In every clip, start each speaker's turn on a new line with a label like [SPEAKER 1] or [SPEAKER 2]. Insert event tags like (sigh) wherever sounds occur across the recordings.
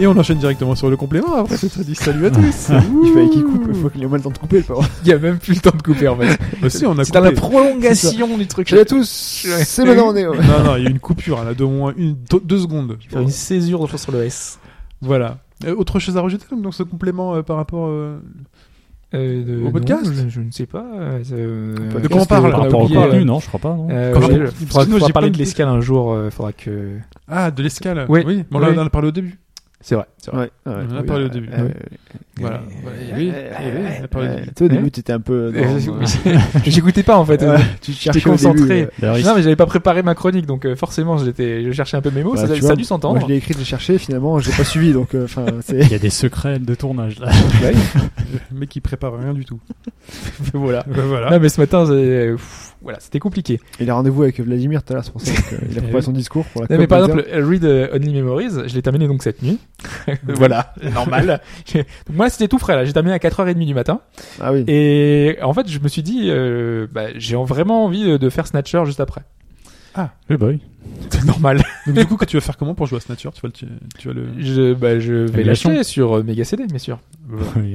[SPEAKER 1] Et on enchaîne directement sur le complément. Après, c'est dit salut à tous.
[SPEAKER 2] Il fallait qu'il coupe, il faut qu'il ait moins le temps de couper le pauvre.
[SPEAKER 3] Il y a même plus le temps de couper en fait.
[SPEAKER 1] Aussi, Bah, on a
[SPEAKER 3] C'est dans la
[SPEAKER 1] coupé.
[SPEAKER 3] prolongation du truc.
[SPEAKER 2] Salut à tous, c'est maintenant Néo.
[SPEAKER 1] (laughs) Non, non, il y a une coupure. Elle a de moins une, deux, deux secondes.
[SPEAKER 3] Faire une césure sur le S.
[SPEAKER 1] Voilà. Euh, autre chose à rejeter donc, dans ce complément euh, par rapport. euh,
[SPEAKER 3] Euh, de-
[SPEAKER 1] Au podcast
[SPEAKER 3] non, je, je ne sais pas. euh, euh,
[SPEAKER 1] De quoi on parle
[SPEAKER 3] a
[SPEAKER 4] Par rapport au
[SPEAKER 3] oublié,
[SPEAKER 4] contenu,
[SPEAKER 3] euh,
[SPEAKER 4] non, je crois pas. non.
[SPEAKER 3] euh,
[SPEAKER 1] Comment-
[SPEAKER 3] j'ai- faudra-
[SPEAKER 1] Sinon,
[SPEAKER 3] faudra
[SPEAKER 1] j'ai pas
[SPEAKER 3] parler de
[SPEAKER 1] de-
[SPEAKER 3] l'escale un jour. euh, faudra que.
[SPEAKER 1] Ah, de l'escale.
[SPEAKER 3] Oui.
[SPEAKER 1] oui. Bon, là,
[SPEAKER 3] Oui.
[SPEAKER 1] on en a parlé au début.
[SPEAKER 3] C'est vrai. C'est vrai.
[SPEAKER 2] (laughs) Ouais, ouais.
[SPEAKER 1] On en a
[SPEAKER 2] Oui,
[SPEAKER 1] parlé
[SPEAKER 2] euh,
[SPEAKER 1] au début.
[SPEAKER 2] euh,
[SPEAKER 1] Voilà. Voilà, et oui, et oui, on en a parlé au
[SPEAKER 2] euh,
[SPEAKER 1] début.
[SPEAKER 2] Toi, au début,
[SPEAKER 3] Hein
[SPEAKER 2] t'étais un peu. dans-
[SPEAKER 3] Euh, (laughs) je- J'écoutais pas en fait.
[SPEAKER 2] Ouais, tu
[SPEAKER 3] J'étais
[SPEAKER 2] cherchais au début,
[SPEAKER 3] concentré.
[SPEAKER 2] euh,
[SPEAKER 4] D'ailleurs, il-
[SPEAKER 3] Non mais j'avais pas préparé ma chronique donc euh, forcément j'étais je cherchais un peu mes mots
[SPEAKER 2] Bah,
[SPEAKER 3] ça,
[SPEAKER 2] tu
[SPEAKER 3] ça
[SPEAKER 2] vois,
[SPEAKER 3] a dû s'entendre.
[SPEAKER 2] Moi, je l'ai écrit, j'ai cherché, finalement, j'ai pas suivi, donc, euh, enfin, c'est.
[SPEAKER 3] (laughs)
[SPEAKER 4] il y a des secrets de tournage là.
[SPEAKER 1] Le mec qui prépare rien du tout.
[SPEAKER 3] voilà.
[SPEAKER 1] Ouais, voilà.
[SPEAKER 3] Non mais ce matin j'ai- euh, pff, voilà c'était compliqué.
[SPEAKER 2] Il a rendez-vous avec Vladimir tout à l'heure, c'est pour ça qu'il a
[SPEAKER 3] Eh
[SPEAKER 2] préparé
[SPEAKER 3] oui.
[SPEAKER 2] son discours pour la
[SPEAKER 3] Non, mais
[SPEAKER 2] COP
[SPEAKER 3] par
[SPEAKER 2] 21.
[SPEAKER 3] exemple euh, Read euh, Only Memories je l'ai terminé donc cette (laughs) nuit. voilà normal. (laughs) J'ai- donc, moi c'était tout frais là j'ai terminé à 4h30 du matin
[SPEAKER 2] Ah oui.
[SPEAKER 3] et en fait je me suis dit euh, bah, j'ai vraiment envie de- de faire Snatcher juste après. (laughs)
[SPEAKER 4] Le boy.
[SPEAKER 3] C'est normal.
[SPEAKER 1] (laughs) Donc, du coup, que tu vas faire comment pour jouer à Snatcher Tu vas le. Tu, tu vas le...
[SPEAKER 3] Je bah, je vais
[SPEAKER 4] Émulation.
[SPEAKER 3] l'acheter sur euh, Mega CD bien sûr.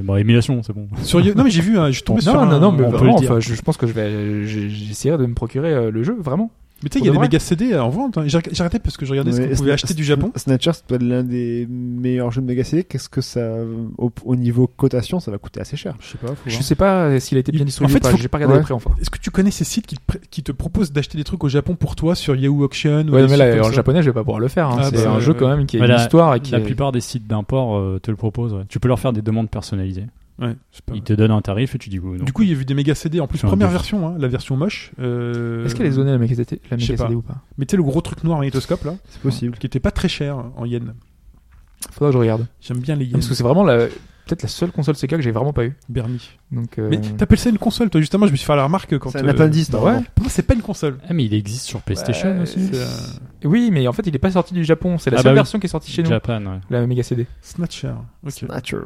[SPEAKER 4] Bon, émulation, c'est bon.
[SPEAKER 1] Sur... Non, mais j'ai vu, hein, je suis tombé
[SPEAKER 3] non
[SPEAKER 1] sur.
[SPEAKER 3] non
[SPEAKER 1] un-
[SPEAKER 3] non mais
[SPEAKER 4] on peut
[SPEAKER 3] vraiment
[SPEAKER 4] le dire.
[SPEAKER 3] enfin, je, je pense que je vais j'ai- j'essaierai de me procurer euh, le jeu vraiment.
[SPEAKER 1] Mais tu sais, il
[SPEAKER 3] Pour
[SPEAKER 1] y a
[SPEAKER 3] de
[SPEAKER 1] des méga
[SPEAKER 3] vrai.
[SPEAKER 1] CD en vente. hein. J'ai j'ai arrêté parce que je regardais ce
[SPEAKER 2] Mais
[SPEAKER 1] qu'on pouvait
[SPEAKER 2] Sna-
[SPEAKER 1] acheter du Japon.
[SPEAKER 2] Snatcher, c'est peut-être l'un des meilleurs jeux de Mega CD. Qu'est-ce que ça, au, au niveau cotation, ça va coûter assez cher.
[SPEAKER 1] Je sais pas, faut
[SPEAKER 3] Je sais pas euh, s'il a été bien distribué
[SPEAKER 1] En fait,
[SPEAKER 3] ou pas,
[SPEAKER 1] faut-
[SPEAKER 3] j'ai pas regardé
[SPEAKER 2] ouais.
[SPEAKER 3] les prix enfin.
[SPEAKER 1] Est-ce que tu connais ces sites qui te, pr- qui te proposent d'acheter des trucs au Japon pour toi sur Yahoo Auction ou des
[SPEAKER 3] Ouais, mais
[SPEAKER 1] sites
[SPEAKER 3] là,
[SPEAKER 1] comme
[SPEAKER 3] en
[SPEAKER 1] ça
[SPEAKER 3] japonais, je vais pas pouvoir le faire. hein.
[SPEAKER 1] Ah,
[SPEAKER 3] c'est
[SPEAKER 1] bah,
[SPEAKER 3] un
[SPEAKER 1] ouais,
[SPEAKER 3] jeu
[SPEAKER 1] ouais.
[SPEAKER 3] quand même qui a
[SPEAKER 4] Voilà,
[SPEAKER 3] une histoire et qui
[SPEAKER 4] La
[SPEAKER 3] est-
[SPEAKER 4] plupart des sites d'import euh, te le proposent. ouais. Tu peux leur faire des demandes personnalisées.
[SPEAKER 1] Ouais, c'est pas
[SPEAKER 4] Ils te donnent un tarif et tu dis oui.
[SPEAKER 1] Du coup, il y a eu des méga CD en plus,
[SPEAKER 4] C'est un
[SPEAKER 1] première
[SPEAKER 4] défi.
[SPEAKER 1] version, hein, la version moche. euh,
[SPEAKER 3] Est-ce qu'elle est zonée la méga CD la
[SPEAKER 1] je sais
[SPEAKER 3] méga
[SPEAKER 1] pas.
[SPEAKER 3] CD ou pas
[SPEAKER 1] Mais tu sais, le gros truc noir magnétoscope là,
[SPEAKER 2] C'est possible.
[SPEAKER 1] qui était pas très cher hein, en yens.
[SPEAKER 3] Faudra que je regarde.
[SPEAKER 1] J'aime bien les
[SPEAKER 3] Ah, Parce
[SPEAKER 1] yens.
[SPEAKER 3] que c'est vraiment la peut-être la seule console Sega que j'ai vraiment pas eu.
[SPEAKER 1] Bernie.
[SPEAKER 3] Donc euh,
[SPEAKER 1] Mais t'appelles ça une console, toi justement, je me suis fait la remarque quand.
[SPEAKER 2] C'est un
[SPEAKER 1] euh,
[SPEAKER 2] appendice,
[SPEAKER 3] bah
[SPEAKER 2] normalement.
[SPEAKER 1] Pour moi, c'est pas une console.
[SPEAKER 4] Ah, mais il existe sur PlayStation
[SPEAKER 3] Ouais,
[SPEAKER 4] aussi.
[SPEAKER 1] C'est euh,
[SPEAKER 3] oui, mais en fait, il est pas sorti du Japon, c'est la
[SPEAKER 4] Ah,
[SPEAKER 3] seule
[SPEAKER 4] bah oui.
[SPEAKER 3] version qui est sortie chez nous,
[SPEAKER 4] Japan, ouais.
[SPEAKER 3] la méga CD.
[SPEAKER 1] Snatcher. Ok.
[SPEAKER 2] Snatcher.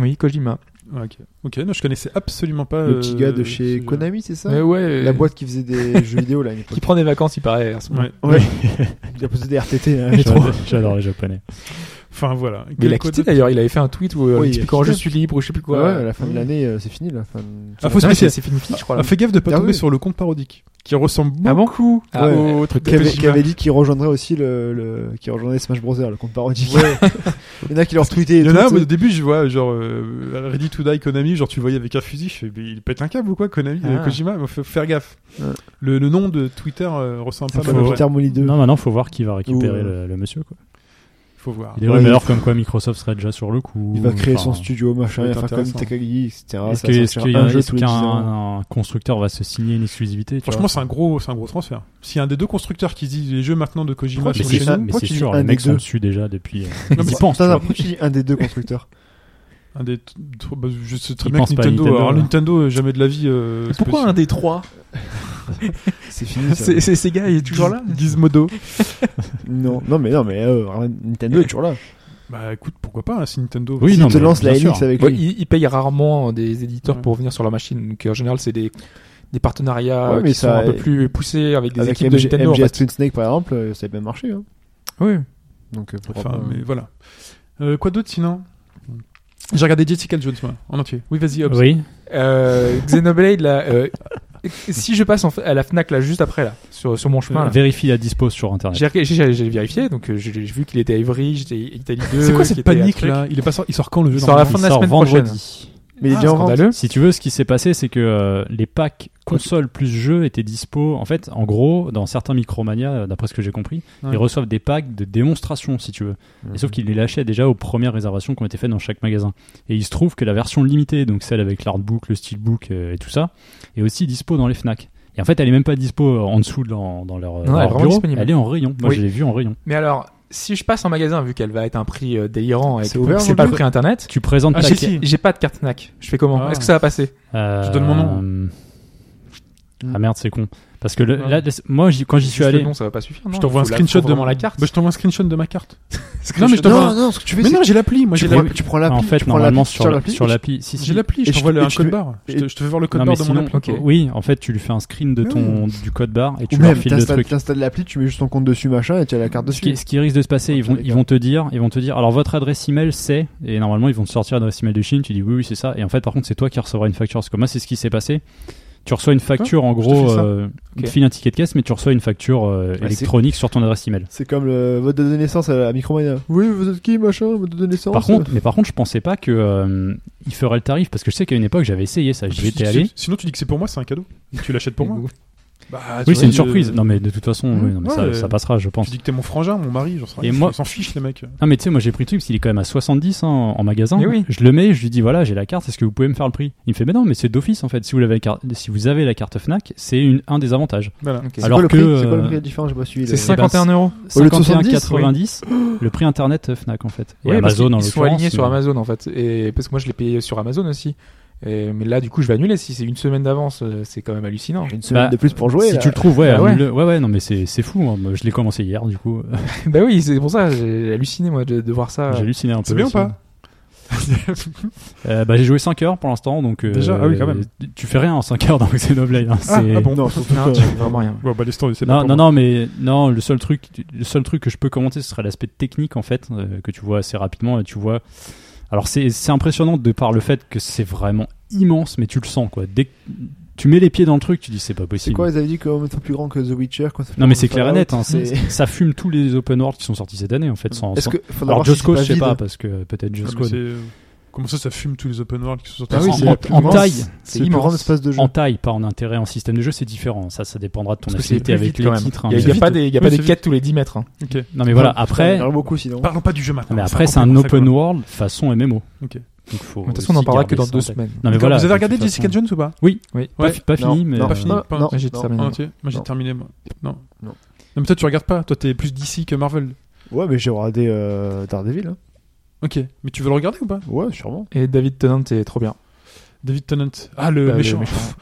[SPEAKER 3] Oui, Kojima.
[SPEAKER 1] Ouais, ok. Ok, non, je connaissais absolument pas.
[SPEAKER 2] Le petit
[SPEAKER 1] euh,
[SPEAKER 2] gars de
[SPEAKER 1] ce
[SPEAKER 2] chez
[SPEAKER 1] jeu.
[SPEAKER 2] Konami, c'est ça
[SPEAKER 3] Mais ouais,
[SPEAKER 2] La
[SPEAKER 3] euh,
[SPEAKER 2] boîte qui faisait des jeux vidéo, là, à une
[SPEAKER 3] qui
[SPEAKER 2] époque.
[SPEAKER 3] prend des vacances, il paraît à ce moment.
[SPEAKER 1] Ouais.
[SPEAKER 3] (laughs)
[SPEAKER 2] Ouais. Il a posé des RTT, hein, métro.
[SPEAKER 4] J'adore- (laughs) J'adore les japonais.
[SPEAKER 1] Enfin voilà.
[SPEAKER 3] Mais il
[SPEAKER 1] Quel
[SPEAKER 3] a quitté
[SPEAKER 1] code-
[SPEAKER 3] d'ailleurs, il avait fait un tweet où
[SPEAKER 2] Oui,
[SPEAKER 3] euh,
[SPEAKER 2] il a
[SPEAKER 3] expliquant
[SPEAKER 2] quitté.
[SPEAKER 3] je suis libre ou je sais plus
[SPEAKER 2] Ouais,
[SPEAKER 3] quoi.
[SPEAKER 2] à la fin de l'année, euh, c'est fini, la fin. de-
[SPEAKER 1] Ah, faut se
[SPEAKER 3] Non,
[SPEAKER 1] méfier.
[SPEAKER 3] c'est c'est fini, je crois.
[SPEAKER 1] Ah,
[SPEAKER 3] là.
[SPEAKER 1] fais gaffe de pas
[SPEAKER 2] Ah
[SPEAKER 1] tomber
[SPEAKER 2] oui.
[SPEAKER 1] sur le compte parodique qui ressemble
[SPEAKER 3] Ah bon
[SPEAKER 1] beaucoup
[SPEAKER 3] Ah,
[SPEAKER 2] Ouais.
[SPEAKER 1] au truc de
[SPEAKER 2] Qui avait,
[SPEAKER 1] Kojima.
[SPEAKER 2] qui avait dit qu'il rejoindrait aussi le, le qui rejoindrait Smash Bros. le compte parodique. (laughs) il y en a qui leur tweetaient. et
[SPEAKER 1] Il y en a un,
[SPEAKER 2] tout,
[SPEAKER 1] moi, au début, je vois, genre, euh, Ready to Die Konami, genre, tu le voyais avec un fusil, je fais, mais il pète un câble ou quoi, Konami, euh,
[SPEAKER 3] Ah.
[SPEAKER 1] Kojima, mais faut faire gaffe.
[SPEAKER 2] Ouais.
[SPEAKER 1] Le, le nom de Twitter euh, ressemble
[SPEAKER 2] C'est
[SPEAKER 1] pas
[SPEAKER 2] un peu
[SPEAKER 1] mal. au
[SPEAKER 2] comme
[SPEAKER 1] vrai.
[SPEAKER 2] Thermoli 2.
[SPEAKER 4] Non, maintenant, faut voir qui va récupérer
[SPEAKER 2] Ou,
[SPEAKER 4] le, le monsieur. Quoi.
[SPEAKER 1] Ah, Faut voir.
[SPEAKER 4] Il y a Des
[SPEAKER 2] Ouais,
[SPEAKER 4] rumeurs
[SPEAKER 2] il-
[SPEAKER 4] comme quoi Microsoft serait déjà sur le coup.
[SPEAKER 2] Il va créer
[SPEAKER 4] Enfin,
[SPEAKER 2] son studio, machin,
[SPEAKER 1] ça va
[SPEAKER 2] il
[SPEAKER 1] être
[SPEAKER 2] va faire comme
[SPEAKER 1] intéressant.
[SPEAKER 2] Takagi, etc.
[SPEAKER 4] Est-ce
[SPEAKER 2] Ça
[SPEAKER 4] que-
[SPEAKER 2] va
[SPEAKER 4] est-ce
[SPEAKER 2] sortir
[SPEAKER 4] qu'il y a-
[SPEAKER 2] un jeu
[SPEAKER 4] est-ce
[SPEAKER 2] tous les
[SPEAKER 4] qu'un
[SPEAKER 2] 10 ans.
[SPEAKER 4] un constructeur va se signer une exclusivité tu
[SPEAKER 1] Franchement,
[SPEAKER 4] vois
[SPEAKER 1] c'est un gros, c'est un gros transfert. S'il y a un des deux constructeurs qui dit les jeux maintenant de Kojima
[SPEAKER 4] mais
[SPEAKER 1] sont
[SPEAKER 4] c'est
[SPEAKER 1] chez
[SPEAKER 4] sûr,
[SPEAKER 1] nous,
[SPEAKER 4] mais
[SPEAKER 2] Pourquoi
[SPEAKER 4] c'est
[SPEAKER 2] tu dis
[SPEAKER 4] sûr,
[SPEAKER 2] un
[SPEAKER 4] les
[SPEAKER 2] des
[SPEAKER 4] mecs sont
[SPEAKER 2] deux
[SPEAKER 4] dessus déjà depuis. euh,
[SPEAKER 1] mais
[SPEAKER 4] Ils y
[SPEAKER 1] c'est-
[SPEAKER 4] pensent.
[SPEAKER 2] Attends,
[SPEAKER 4] tu
[SPEAKER 2] attends,
[SPEAKER 4] vois.
[SPEAKER 2] pourquoi tu dis un des deux constructeurs
[SPEAKER 1] un des, t- t- bah, je sais très
[SPEAKER 4] Il
[SPEAKER 1] bien que
[SPEAKER 4] pense pas à
[SPEAKER 1] Nintendo,
[SPEAKER 4] Nintendo,
[SPEAKER 1] alors
[SPEAKER 4] ouais.
[SPEAKER 1] Nintendo, euh, jamais de la vie, euh, c'est
[SPEAKER 3] Pourquoi un
[SPEAKER 1] possible.
[SPEAKER 3] des trois
[SPEAKER 2] C'est fini. ça.
[SPEAKER 3] C'est c'est Sega, il est toujours là
[SPEAKER 1] Gizmodo.
[SPEAKER 2] Non, non, mais non, mais euh, Nintendo est toujours là.
[SPEAKER 1] Bah écoute, pourquoi pas, hein, si Nintendo.
[SPEAKER 4] Oui,
[SPEAKER 2] S'il
[SPEAKER 4] non,
[SPEAKER 2] te
[SPEAKER 4] mais
[SPEAKER 2] lance la
[SPEAKER 4] bien sûr.
[SPEAKER 2] Enix avec
[SPEAKER 3] Ouais,
[SPEAKER 2] lui.
[SPEAKER 3] ils, ils payent rarement hein, des éditeurs
[SPEAKER 1] Ouais.
[SPEAKER 3] pour venir sur leur machine. Donc en général, c'est des, des partenariats
[SPEAKER 2] Ouais,
[SPEAKER 3] euh,
[SPEAKER 2] mais
[SPEAKER 3] qui
[SPEAKER 2] ça-
[SPEAKER 3] sont un peu plus poussés avec des
[SPEAKER 2] Avec
[SPEAKER 3] équipes de
[SPEAKER 2] MG,
[SPEAKER 3] Nintendo. en
[SPEAKER 2] MGS
[SPEAKER 3] fait.
[SPEAKER 2] Twin Snake par exemple, euh, ça a bien marché. Hein.
[SPEAKER 3] Oui.
[SPEAKER 2] Donc, euh, pourquoi
[SPEAKER 1] Enfin,
[SPEAKER 2] pas.
[SPEAKER 1] mais voilà. Euh, quoi d'autre sinon J'ai regardé Jessica Jones, moi, en entier. Oui, vas-y, Hobbs.
[SPEAKER 4] Oui,
[SPEAKER 3] Euh, Xenoblade, là, euh, (laughs) si je passe en fait à la Fnac là, juste après, là, sur, sur mon chemin, là,
[SPEAKER 4] vérifie la dispo sur internet.
[SPEAKER 3] j'ai j'ai- j'ai vérifié. Donc euh, j'ai j'ai vu qu'il était à Ivry, j'étais Italie 2.
[SPEAKER 1] C'est quoi
[SPEAKER 3] qu'il
[SPEAKER 1] cette
[SPEAKER 3] était à
[SPEAKER 1] panique
[SPEAKER 3] truc.
[SPEAKER 1] là Il est pas sorti- il sort quand le jeu
[SPEAKER 3] Il sort à la
[SPEAKER 1] normalement
[SPEAKER 3] fin de la
[SPEAKER 4] sort
[SPEAKER 3] semaine prochaine.
[SPEAKER 4] vendredi.
[SPEAKER 2] Mais il est
[SPEAKER 1] Ah,
[SPEAKER 2] déjà en vente.
[SPEAKER 3] Scandaleux.
[SPEAKER 4] Si tu veux, ce qui s'est passé, c'est que euh, les packs console plus jeu étaient dispo. En fait, en gros, dans certains Micromania, euh, d'après ce que j'ai compris,
[SPEAKER 1] Ouais.
[SPEAKER 4] ils reçoivent des packs de démonstration, si tu veux. Et
[SPEAKER 3] Mhm.
[SPEAKER 4] sauf qu'ils les lâchaient déjà aux premières réservations qui ont été faites dans chaque magasin. Et il se trouve que la version limitée, donc celle avec l'artbook, le steelbook euh, et tout ça, est aussi dispo dans les FNAC. Et en fait, elle est même pas dispo en dessous dans, dans leur, dans
[SPEAKER 3] elle est
[SPEAKER 4] leur
[SPEAKER 3] vraiment
[SPEAKER 4] bureau.
[SPEAKER 3] disponible.
[SPEAKER 4] Elle est en rayon. Moi,
[SPEAKER 3] Oui.
[SPEAKER 4] je l'ai vue en rayon.
[SPEAKER 3] Mais alors, si je passe en magasin, vu qu'elle va être un prix euh, délirant et
[SPEAKER 2] C'est
[SPEAKER 3] que
[SPEAKER 2] ouvert,
[SPEAKER 3] c'est
[SPEAKER 2] mon
[SPEAKER 3] pas le
[SPEAKER 2] Dieu
[SPEAKER 3] prix internet,
[SPEAKER 4] Tu présentes
[SPEAKER 1] Ah,
[SPEAKER 4] ta
[SPEAKER 1] si,
[SPEAKER 4] carte-
[SPEAKER 1] si.
[SPEAKER 3] j'ai pas de carte Fnac. Je fais comment
[SPEAKER 1] Ah.
[SPEAKER 3] Est-ce que ça va passer
[SPEAKER 4] Euh,
[SPEAKER 1] Je donne mon nom.
[SPEAKER 4] Ah merde, c'est con. Parce que le-
[SPEAKER 3] Ouais.
[SPEAKER 4] là, moi, j'y- quand j'y suis
[SPEAKER 3] Juste le
[SPEAKER 4] allé,
[SPEAKER 3] nom, ça va pas suffire. non Je t'envoie Il un faut la-
[SPEAKER 1] screenshot
[SPEAKER 3] faut
[SPEAKER 1] de
[SPEAKER 3] vraiment la carte.
[SPEAKER 1] Bah, je t'envoie un screenshot de ma
[SPEAKER 4] (laughs)
[SPEAKER 1] carte.
[SPEAKER 3] Non, mais je
[SPEAKER 1] t'envoie
[SPEAKER 2] non,
[SPEAKER 1] un-
[SPEAKER 2] non, ce que tu fais,
[SPEAKER 1] Mais
[SPEAKER 2] c'est-
[SPEAKER 1] non, j'ai l'appli. Moi,
[SPEAKER 2] tu
[SPEAKER 1] j'ai
[SPEAKER 2] prends,
[SPEAKER 1] l'appli.
[SPEAKER 2] tu prends l'appli.
[SPEAKER 4] Bah, en fait,
[SPEAKER 2] tu prends
[SPEAKER 4] normalement
[SPEAKER 2] l'appli,
[SPEAKER 4] sur
[SPEAKER 2] l'appli,
[SPEAKER 4] sur
[SPEAKER 2] et
[SPEAKER 4] l'appli, si, si.
[SPEAKER 1] J'ai l'appli.
[SPEAKER 2] et
[SPEAKER 1] Je
[SPEAKER 2] je
[SPEAKER 1] t'envoie
[SPEAKER 2] te-
[SPEAKER 1] le-
[SPEAKER 2] et
[SPEAKER 1] un
[SPEAKER 2] je
[SPEAKER 1] code
[SPEAKER 2] te-
[SPEAKER 1] barre. Je
[SPEAKER 2] et-
[SPEAKER 1] te- je te fais voir le code
[SPEAKER 4] Non, mais
[SPEAKER 1] barre de mon
[SPEAKER 4] sinon,
[SPEAKER 1] appli.
[SPEAKER 4] ok, oui, en fait, tu lui fais un screen de ton du code barre et tu
[SPEAKER 2] Ou
[SPEAKER 4] leur
[SPEAKER 2] même,
[SPEAKER 4] files le
[SPEAKER 2] t'installes
[SPEAKER 4] truc.
[SPEAKER 2] t'installes l'appli, tu mets juste ton compte dessus, machin, et tu as la carte
[SPEAKER 4] Ce qui,
[SPEAKER 2] dessus.
[SPEAKER 4] ce qui risque de se passer, ils
[SPEAKER 2] Dans
[SPEAKER 4] vont,
[SPEAKER 2] tous les
[SPEAKER 4] ils
[SPEAKER 2] cas.
[SPEAKER 4] vont te dire, ils vont te dire, alors votre adresse email c'est, et normalement ils vont te sortir l'adresse email de Chine, tu dis oui, oui, c'est ça, et en fait par contre c'est toi qui recevras une facture, parce que moi c'est ce qui s'est passé. Tu reçois une facture, en
[SPEAKER 1] je te
[SPEAKER 4] gros,
[SPEAKER 1] file ça.
[SPEAKER 4] euh, ils te
[SPEAKER 3] Ok.
[SPEAKER 4] filent un ticket de caisse, mais tu reçois une facture euh,
[SPEAKER 2] c'est-
[SPEAKER 4] électronique sur ton adresse email.
[SPEAKER 2] C'est comme le, votre date de naissance à, à Micromania. Oui, vous êtes qui, machin, votre date de naissance
[SPEAKER 4] Par contre, mais par contre, je pensais pas que euh, ils feraient le tarif, parce que je sais qu'à une époque j'avais essayé ça, j'y étais allé.
[SPEAKER 1] Sinon, tu dis que c'est pour moi, c'est un cadeau. Tu l'achètes
[SPEAKER 4] (laughs)
[SPEAKER 1] pour moi. Bah, tu
[SPEAKER 4] Oui,
[SPEAKER 1] vois,
[SPEAKER 4] c'est une
[SPEAKER 1] je-
[SPEAKER 4] surprise. Non, mais de toute façon,
[SPEAKER 1] Mmh,
[SPEAKER 4] oui, non, mais ça,
[SPEAKER 1] ouais.
[SPEAKER 4] ça passera, je pense.
[SPEAKER 1] Tu dis que t'es mon frangin, mon mari, j'en sais
[SPEAKER 4] Et
[SPEAKER 1] rien.
[SPEAKER 4] moi-
[SPEAKER 1] Ils s'en fichent, les mecs.
[SPEAKER 4] Non, mais tu sais, moi j'ai pris le truc parce qu'il est quand même à 70 hein, en en magasin.
[SPEAKER 3] Mais oui.
[SPEAKER 4] Je le mets, je lui dis voilà, j'ai la carte, est-ce que vous pouvez me faire le prix Il me fait mais non, mais c'est d'office en fait. Si vous, avez la carte, si vous avez la carte Fnac, c'est une- un des avantages.
[SPEAKER 1] Voilà.
[SPEAKER 3] Ok.
[SPEAKER 2] c'est
[SPEAKER 4] alors
[SPEAKER 2] quoi le prix
[SPEAKER 4] que,
[SPEAKER 2] C'est quoi le
[SPEAKER 4] euh,
[SPEAKER 2] prix différent J'ai pas suivi.
[SPEAKER 3] C'est
[SPEAKER 2] le-
[SPEAKER 3] 51 euros.
[SPEAKER 2] Au lieu de 70,
[SPEAKER 4] 51,90, le prix internet euh, Fnac en fait. Et
[SPEAKER 3] Oui, parce
[SPEAKER 4] Amazon
[SPEAKER 3] qu'ils-
[SPEAKER 4] en
[SPEAKER 3] ils sont
[SPEAKER 4] l'occurrence.
[SPEAKER 3] alignés sur
[SPEAKER 4] mais-
[SPEAKER 3] Amazon en fait. Et parce que moi je l'ai payé sur Amazon aussi. Et- mais là du coup je vais annuler si c'est une semaine d'avance, euh, c'est quand même hallucinant.
[SPEAKER 2] Une semaine
[SPEAKER 4] Bah,
[SPEAKER 2] de plus pour jouer.
[SPEAKER 4] si
[SPEAKER 2] là.
[SPEAKER 4] tu le trouves, ouais,
[SPEAKER 3] Bah ouais.
[SPEAKER 4] annule-le. ouais, ouais, non, mais c'est c'est fou. hein. Moi, Je l'ai commencé hier, du coup,
[SPEAKER 3] (laughs) bah oui, c'est pour ça j'ai halluciné moi de, de voir ça.
[SPEAKER 4] j'ai halluciné un peu.
[SPEAKER 1] Ah. C'est bien ou
[SPEAKER 4] aussi.
[SPEAKER 1] pas
[SPEAKER 4] (laughs) Euh, bah, J'ai joué 5 heures pour l'instant, donc. euh,
[SPEAKER 1] Déjà Ah oui, quand même.
[SPEAKER 4] Tu fais rien en 5 heures dans Xenoblade. hein,
[SPEAKER 1] Ah,
[SPEAKER 4] c'est-
[SPEAKER 1] ah bon
[SPEAKER 2] Non, surtout
[SPEAKER 3] Non,
[SPEAKER 2] pas.
[SPEAKER 4] euh,
[SPEAKER 3] tu fais vraiment rien.
[SPEAKER 1] Ouais, bah, les stands, c'est pas
[SPEAKER 4] Non,
[SPEAKER 1] pour
[SPEAKER 4] non,
[SPEAKER 1] moi.
[SPEAKER 4] non, mais non, le seul truc, le seul truc que je peux commenter, ce serait l'aspect technique en fait, euh, que tu vois assez rapidement et tu vois. Alors c'est c'est impressionnant de par le fait que c'est vraiment immense, mais tu le sens quoi. Dès que tu mets les pieds dans le truc, tu dis c'est pas
[SPEAKER 2] C'est
[SPEAKER 4] possible.
[SPEAKER 2] quoi Ils avaient dit qu'on était plus grand que The Witcher qu'on était plus
[SPEAKER 4] non mais
[SPEAKER 2] grand
[SPEAKER 4] c'est
[SPEAKER 2] que
[SPEAKER 4] clair et
[SPEAKER 2] Fallout,
[SPEAKER 4] net, hein, c'est-
[SPEAKER 2] c'est-
[SPEAKER 4] ça fume tous les open world qui sont sortis cette année en fait. Sans,
[SPEAKER 2] Est-ce
[SPEAKER 4] sans-
[SPEAKER 2] que faudra
[SPEAKER 4] Alors
[SPEAKER 2] voir si
[SPEAKER 4] Just
[SPEAKER 2] c'est
[SPEAKER 4] Cause, je sais
[SPEAKER 2] vide.
[SPEAKER 4] pas parce que peut-être
[SPEAKER 1] Ah,
[SPEAKER 4] Just
[SPEAKER 1] mais
[SPEAKER 4] Cause.
[SPEAKER 1] c'est, euh, Comment ça, ça fume tous les open world qui sont sortis
[SPEAKER 2] Ah oui,
[SPEAKER 1] en-
[SPEAKER 4] En-
[SPEAKER 2] c'est
[SPEAKER 1] en-
[SPEAKER 2] la
[SPEAKER 4] en,
[SPEAKER 2] plus
[SPEAKER 4] en
[SPEAKER 2] grosse-
[SPEAKER 4] taille,
[SPEAKER 2] C'est
[SPEAKER 3] C'est
[SPEAKER 2] le plus grand
[SPEAKER 3] immense.
[SPEAKER 2] espace de jeu.
[SPEAKER 4] en taille, pas en intérêt, en système de jeu, c'est différent. Ça, ça dépendra de ton
[SPEAKER 3] Parce que c'est
[SPEAKER 4] activité
[SPEAKER 3] plus
[SPEAKER 4] avec
[SPEAKER 3] vite, quand
[SPEAKER 4] les
[SPEAKER 3] même.
[SPEAKER 4] titres. hein,
[SPEAKER 3] Il y a,
[SPEAKER 4] mais-
[SPEAKER 3] il y a pas des, il y a pas
[SPEAKER 1] Oui, c'est
[SPEAKER 3] des quêtes tous les 10 mètres. hein.
[SPEAKER 1] Ok.
[SPEAKER 4] Non mais voilà, après,
[SPEAKER 2] Il y en a beaucoup sinon.
[SPEAKER 1] Parlons pas du jeu maintenant.
[SPEAKER 4] mais
[SPEAKER 1] ça
[SPEAKER 4] après c'est un
[SPEAKER 1] comprend pas, ça,
[SPEAKER 4] open
[SPEAKER 1] quoi.
[SPEAKER 4] world façon MMO.
[SPEAKER 1] Ok.
[SPEAKER 4] Donc faut
[SPEAKER 3] De toute façon on en
[SPEAKER 4] aussi
[SPEAKER 3] parlera que
[SPEAKER 4] garder
[SPEAKER 3] dans
[SPEAKER 4] ça en
[SPEAKER 3] deux
[SPEAKER 4] tête.
[SPEAKER 3] semaines.
[SPEAKER 4] Non mais
[SPEAKER 1] D'accord,
[SPEAKER 4] voilà.
[SPEAKER 1] Vous avez regardé Jessica
[SPEAKER 4] Jessica
[SPEAKER 1] Jones ou pas
[SPEAKER 3] Oui.
[SPEAKER 4] Pas,
[SPEAKER 1] Ouais.
[SPEAKER 4] fi- pas
[SPEAKER 2] Non,
[SPEAKER 4] fini, mais
[SPEAKER 2] non,
[SPEAKER 1] pas
[SPEAKER 4] euh,
[SPEAKER 1] fini.
[SPEAKER 2] Non, non,
[SPEAKER 3] Ah, j'ai terminé.
[SPEAKER 1] En entier Moi j'ai
[SPEAKER 2] Mm. Non.
[SPEAKER 1] terminé moi. Non.
[SPEAKER 2] Non.
[SPEAKER 1] Non, mais toi tu regardes pas, toi t'es plus DC que Marvel.
[SPEAKER 2] Ouais, mais j'ai regardé euh, Daredevil. hein.
[SPEAKER 1] Ok, mais tu veux le regarder ou pas
[SPEAKER 2] Ouais, sûrement.
[SPEAKER 3] Et David Tennant est trop bien.
[SPEAKER 1] David Tennant. Ah le
[SPEAKER 3] Ah, le
[SPEAKER 1] méchant.
[SPEAKER 3] méchant.
[SPEAKER 1] Pff,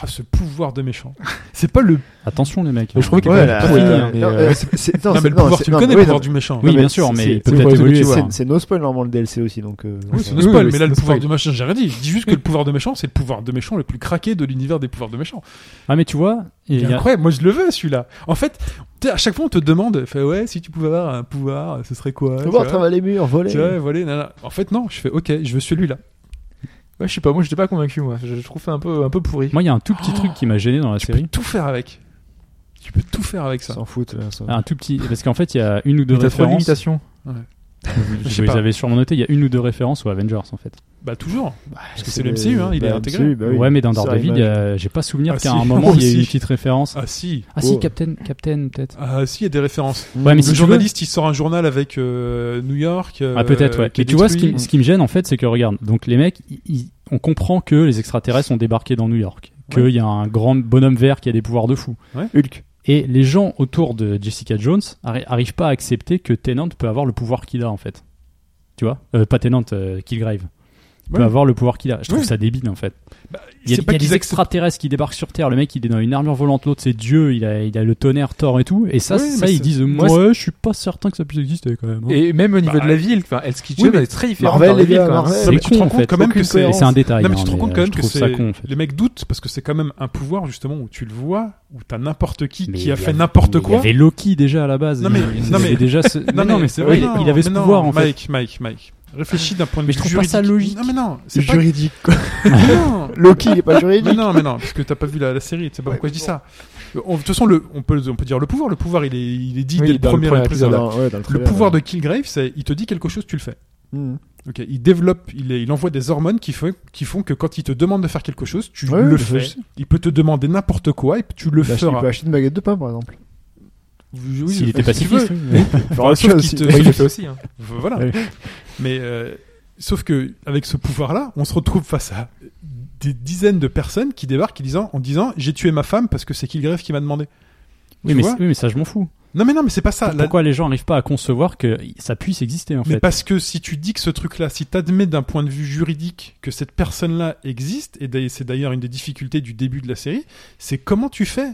[SPEAKER 1] Ah ce pouvoir de méchant. C'est pas le.
[SPEAKER 4] attention les mecs.
[SPEAKER 3] Mais je trouvais qu'il
[SPEAKER 4] Ouais,
[SPEAKER 2] Ouais,
[SPEAKER 3] était
[SPEAKER 2] là,
[SPEAKER 4] pas
[SPEAKER 3] pourri,
[SPEAKER 4] fini,
[SPEAKER 2] euh,
[SPEAKER 4] hein.
[SPEAKER 3] mais,
[SPEAKER 2] non,
[SPEAKER 3] euh,
[SPEAKER 2] euh, c'est- c'est- non,
[SPEAKER 1] non mais
[SPEAKER 2] c'est-
[SPEAKER 1] le
[SPEAKER 2] non,
[SPEAKER 1] pouvoir,
[SPEAKER 2] c'est-
[SPEAKER 1] tu
[SPEAKER 2] non,
[SPEAKER 1] connais
[SPEAKER 2] oui,
[SPEAKER 1] le
[SPEAKER 2] non,
[SPEAKER 1] pouvoir du méchant.
[SPEAKER 4] Oui,
[SPEAKER 2] non,
[SPEAKER 4] bien
[SPEAKER 2] mais
[SPEAKER 4] sûr,
[SPEAKER 2] c'est-
[SPEAKER 4] mais
[SPEAKER 2] c'est-
[SPEAKER 4] peut-être
[SPEAKER 2] c'est-
[SPEAKER 4] évoluer.
[SPEAKER 2] c'est-
[SPEAKER 4] hein.
[SPEAKER 2] C'est no spoil normalement le DLC aussi donc. euh,
[SPEAKER 1] Oui, c'est
[SPEAKER 2] enfin,
[SPEAKER 1] no
[SPEAKER 3] oui,
[SPEAKER 1] spoil,
[SPEAKER 3] oui,
[SPEAKER 1] mais
[SPEAKER 3] c'est
[SPEAKER 1] là
[SPEAKER 3] no
[SPEAKER 1] le pouvoir
[SPEAKER 3] spoil.
[SPEAKER 1] du méchant, j'ai rien dit. Je dis juste que le pouvoir de méchant, c'est le pouvoir de méchant le plus craqué de l'univers des pouvoirs de méchant.
[SPEAKER 4] Ah mais tu vois, il
[SPEAKER 1] C'est
[SPEAKER 4] y a-
[SPEAKER 1] incroyable, moi je le veux celui-là. En fait, tu sais, à chaque fois on te demande, fait, ouais, si tu pouvais avoir un pouvoir, ce serait quoi tu
[SPEAKER 2] Pouvoir
[SPEAKER 1] vois
[SPEAKER 2] travailler les murs, voler.
[SPEAKER 1] Tu vois, voilà, nana. En fait, non, je fais ok, je veux celui-là.
[SPEAKER 3] Ouais, je sais pas, moi j'étais pas convaincu moi. Je je trouve ça un peu un peu pourri.
[SPEAKER 4] moi il y a un tout petit truc qui m'a gêné dans la
[SPEAKER 1] Tu peux
[SPEAKER 4] série.
[SPEAKER 1] tout faire avec. Tu peux tout faire avec ça. Ah,
[SPEAKER 2] S'en foutent là. ça.
[SPEAKER 4] Un tout petit, parce qu'en fait il y a une ou deux
[SPEAKER 3] Mais T'as trop de
[SPEAKER 4] références.
[SPEAKER 3] limitations.
[SPEAKER 1] Je
[SPEAKER 4] Je
[SPEAKER 1] sais
[SPEAKER 4] les
[SPEAKER 1] pas.
[SPEAKER 4] avais sûrement noté. Il y a une ou deux références aux Avengers en fait.
[SPEAKER 1] Bah, toujours.
[SPEAKER 2] Parce
[SPEAKER 1] que c'est le MCU, hein, il est intégré.
[SPEAKER 4] Ouais, mais dans
[SPEAKER 2] Ça,
[SPEAKER 4] Daredevil, il y a- j'ai pas souvenir
[SPEAKER 1] Ah,
[SPEAKER 4] qu'à
[SPEAKER 1] si.
[SPEAKER 4] un moment il y a eu une
[SPEAKER 1] Aussi.
[SPEAKER 4] petite référence.
[SPEAKER 1] Ah, si.
[SPEAKER 4] Ah
[SPEAKER 2] Oh.
[SPEAKER 4] si, Captain, Captain peut-être.
[SPEAKER 1] Ah, si, il y a des références.
[SPEAKER 4] Ouais, mais
[SPEAKER 1] le
[SPEAKER 4] si tu veux.
[SPEAKER 1] journaliste, il sort un journal avec euh, New York. euh,
[SPEAKER 4] Ah peut-être ouais.
[SPEAKER 1] qui
[SPEAKER 4] Mais
[SPEAKER 1] est
[SPEAKER 4] tu vois ce
[SPEAKER 1] détruit.
[SPEAKER 4] qui, ce qui me gêne en fait, c'est que regarde, donc les mecs, ils- ils- on comprend que les extraterrestres ont débarqué dans New York, qu'il
[SPEAKER 1] Ouais.
[SPEAKER 4] y a un grand bonhomme vert qui a des pouvoirs de fou.
[SPEAKER 2] Hulk.
[SPEAKER 4] Et les gens autour de Jessica Jones arri- arrivent pas à accepter que Tennant peut avoir le pouvoir qu'il a en fait. Tu vois Euh, Pas Tennant, euh, Kilgrave. Peut
[SPEAKER 1] Ouais.
[SPEAKER 4] avoir le pouvoir qu'il a. Je trouve
[SPEAKER 1] Ouais.
[SPEAKER 4] ça débile en fait.
[SPEAKER 1] Bah,
[SPEAKER 4] Il y a,
[SPEAKER 1] c'est
[SPEAKER 4] il y
[SPEAKER 1] pas
[SPEAKER 4] a
[SPEAKER 1] qu'ils
[SPEAKER 4] des
[SPEAKER 1] acceptent-
[SPEAKER 4] extraterrestres qui débarquent sur Terre. Le mec il est dans une armure volante, l'autre c'est Dieu, il a, il a le tonnerre, Thor et tout. Et ça,
[SPEAKER 1] Oui,
[SPEAKER 4] ça
[SPEAKER 1] mais
[SPEAKER 4] ils
[SPEAKER 1] c'est-
[SPEAKER 4] disent
[SPEAKER 3] moi,
[SPEAKER 4] Moi, je suis pas certain que ça puisse exister quand même. hein.
[SPEAKER 3] Et même au niveau
[SPEAKER 1] Bah,
[SPEAKER 3] de la ville, enfin, Hell's Kitchen
[SPEAKER 1] oui, mais
[SPEAKER 3] elle est très différente.
[SPEAKER 2] Marvel,
[SPEAKER 3] par la
[SPEAKER 2] les
[SPEAKER 3] ville,
[SPEAKER 2] gars,
[SPEAKER 3] quand même.
[SPEAKER 2] Marvel.
[SPEAKER 4] C'est
[SPEAKER 1] mais tu te
[SPEAKER 4] con
[SPEAKER 1] rends
[SPEAKER 4] en
[SPEAKER 1] compte
[SPEAKER 4] fait.
[SPEAKER 1] quand même
[SPEAKER 2] Aucune
[SPEAKER 1] que c'est.
[SPEAKER 4] Et c'est un détail.
[SPEAKER 1] Non, mais
[SPEAKER 4] hein,
[SPEAKER 1] tu te rends compte
[SPEAKER 4] euh,
[SPEAKER 1] quand
[SPEAKER 4] je
[SPEAKER 1] même que
[SPEAKER 4] trouve ça
[SPEAKER 1] c'est.
[SPEAKER 4] con en fait.
[SPEAKER 1] Les mecs doutent parce que c'est quand même un pouvoir justement où tu le vois, où t'as n'importe qui
[SPEAKER 4] Mais
[SPEAKER 1] qui a
[SPEAKER 4] il y
[SPEAKER 1] fait n'importe
[SPEAKER 4] mais
[SPEAKER 1] quoi.
[SPEAKER 4] Il y avait Loki déjà à la base.
[SPEAKER 1] Non, mais-
[SPEAKER 4] il,
[SPEAKER 1] non,
[SPEAKER 4] il avait
[SPEAKER 1] mais-
[SPEAKER 4] déjà ce- Mais non, mais c'est vrai,
[SPEAKER 1] non,
[SPEAKER 4] il, il avait ce
[SPEAKER 1] mais non,
[SPEAKER 4] pouvoir en fait. Ah.
[SPEAKER 1] Mike, Mike, Mike. Réfléchis d'un point de
[SPEAKER 4] Mais
[SPEAKER 1] vue
[SPEAKER 4] je trouve pas
[SPEAKER 1] juridique.
[SPEAKER 4] ça logique.
[SPEAKER 1] Non, mais non, c'est
[SPEAKER 2] C'est
[SPEAKER 1] pas.
[SPEAKER 2] juridique quoi.
[SPEAKER 1] Non,
[SPEAKER 2] (laughs) Loki, il est pas
[SPEAKER 1] mais
[SPEAKER 2] juridique.
[SPEAKER 1] non, mais non, parce que t'as pas vu la, la série, tu sais pas
[SPEAKER 2] Ouais,
[SPEAKER 1] pourquoi je dis
[SPEAKER 2] bon.
[SPEAKER 1] ça. On- De toute façon, le, on, peut, on peut dire le pouvoir. Le pouvoir, il est, il est dit
[SPEAKER 3] Oui,
[SPEAKER 1] dès le
[SPEAKER 3] dans le
[SPEAKER 1] premier
[SPEAKER 3] premier
[SPEAKER 1] épisode.
[SPEAKER 3] épisode.
[SPEAKER 2] Dans- ouais, dans
[SPEAKER 1] Le
[SPEAKER 2] trailer,
[SPEAKER 1] pouvoir de
[SPEAKER 2] ouais.
[SPEAKER 1] Kilgrave, c'est il te dit quelque chose, tu le fais.
[SPEAKER 2] Hmm.
[SPEAKER 1] Ok, il développe, il, est- il envoie des hormones qui, font- qui font que quand il te demande de faire quelque chose, tu
[SPEAKER 2] Ouais,
[SPEAKER 1] le
[SPEAKER 2] je
[SPEAKER 1] fais.
[SPEAKER 2] sais. Bah,
[SPEAKER 1] Il peut te demander n'importe quoi et tu le
[SPEAKER 2] Il peut acheter- il
[SPEAKER 1] feras.
[SPEAKER 2] peut acheter une baguette de pain par exemple.
[SPEAKER 1] Oui,
[SPEAKER 4] S'il
[SPEAKER 1] oui,
[SPEAKER 4] était
[SPEAKER 1] si tu veux.
[SPEAKER 4] pacifiste. oui, mais-
[SPEAKER 1] Enfin, sauf
[SPEAKER 2] chose,
[SPEAKER 1] qu'il
[SPEAKER 2] si-
[SPEAKER 1] te-
[SPEAKER 3] Bah,
[SPEAKER 2] (laughs)
[SPEAKER 3] il
[SPEAKER 1] (laughs)
[SPEAKER 3] le fait aussi. hein.
[SPEAKER 1] Voilà.
[SPEAKER 2] Ouais.
[SPEAKER 1] Mais euh, sauf que avec ce pouvoir-là, on se retrouve face à des dizaines de personnes qui débarquent en disant, en disant j'ai tué ma femme parce que c'est Kilgrave qui m'a demandé.
[SPEAKER 4] Oui,
[SPEAKER 1] Tu
[SPEAKER 4] mais
[SPEAKER 1] vois
[SPEAKER 4] c'est- oui, mais ça, je m'en fous.
[SPEAKER 1] Non mais non mais c'est pas ça. La-
[SPEAKER 4] Pourquoi les gens n'arrivent pas à concevoir que ça puisse exister en
[SPEAKER 1] mais
[SPEAKER 4] fait
[SPEAKER 1] parce que si tu dis que ce truc-là, si t'admets d'un point de vue juridique que cette personne-là existe, et d'ailleurs- c'est d'ailleurs une des difficultés du début de la série, c'est comment tu fais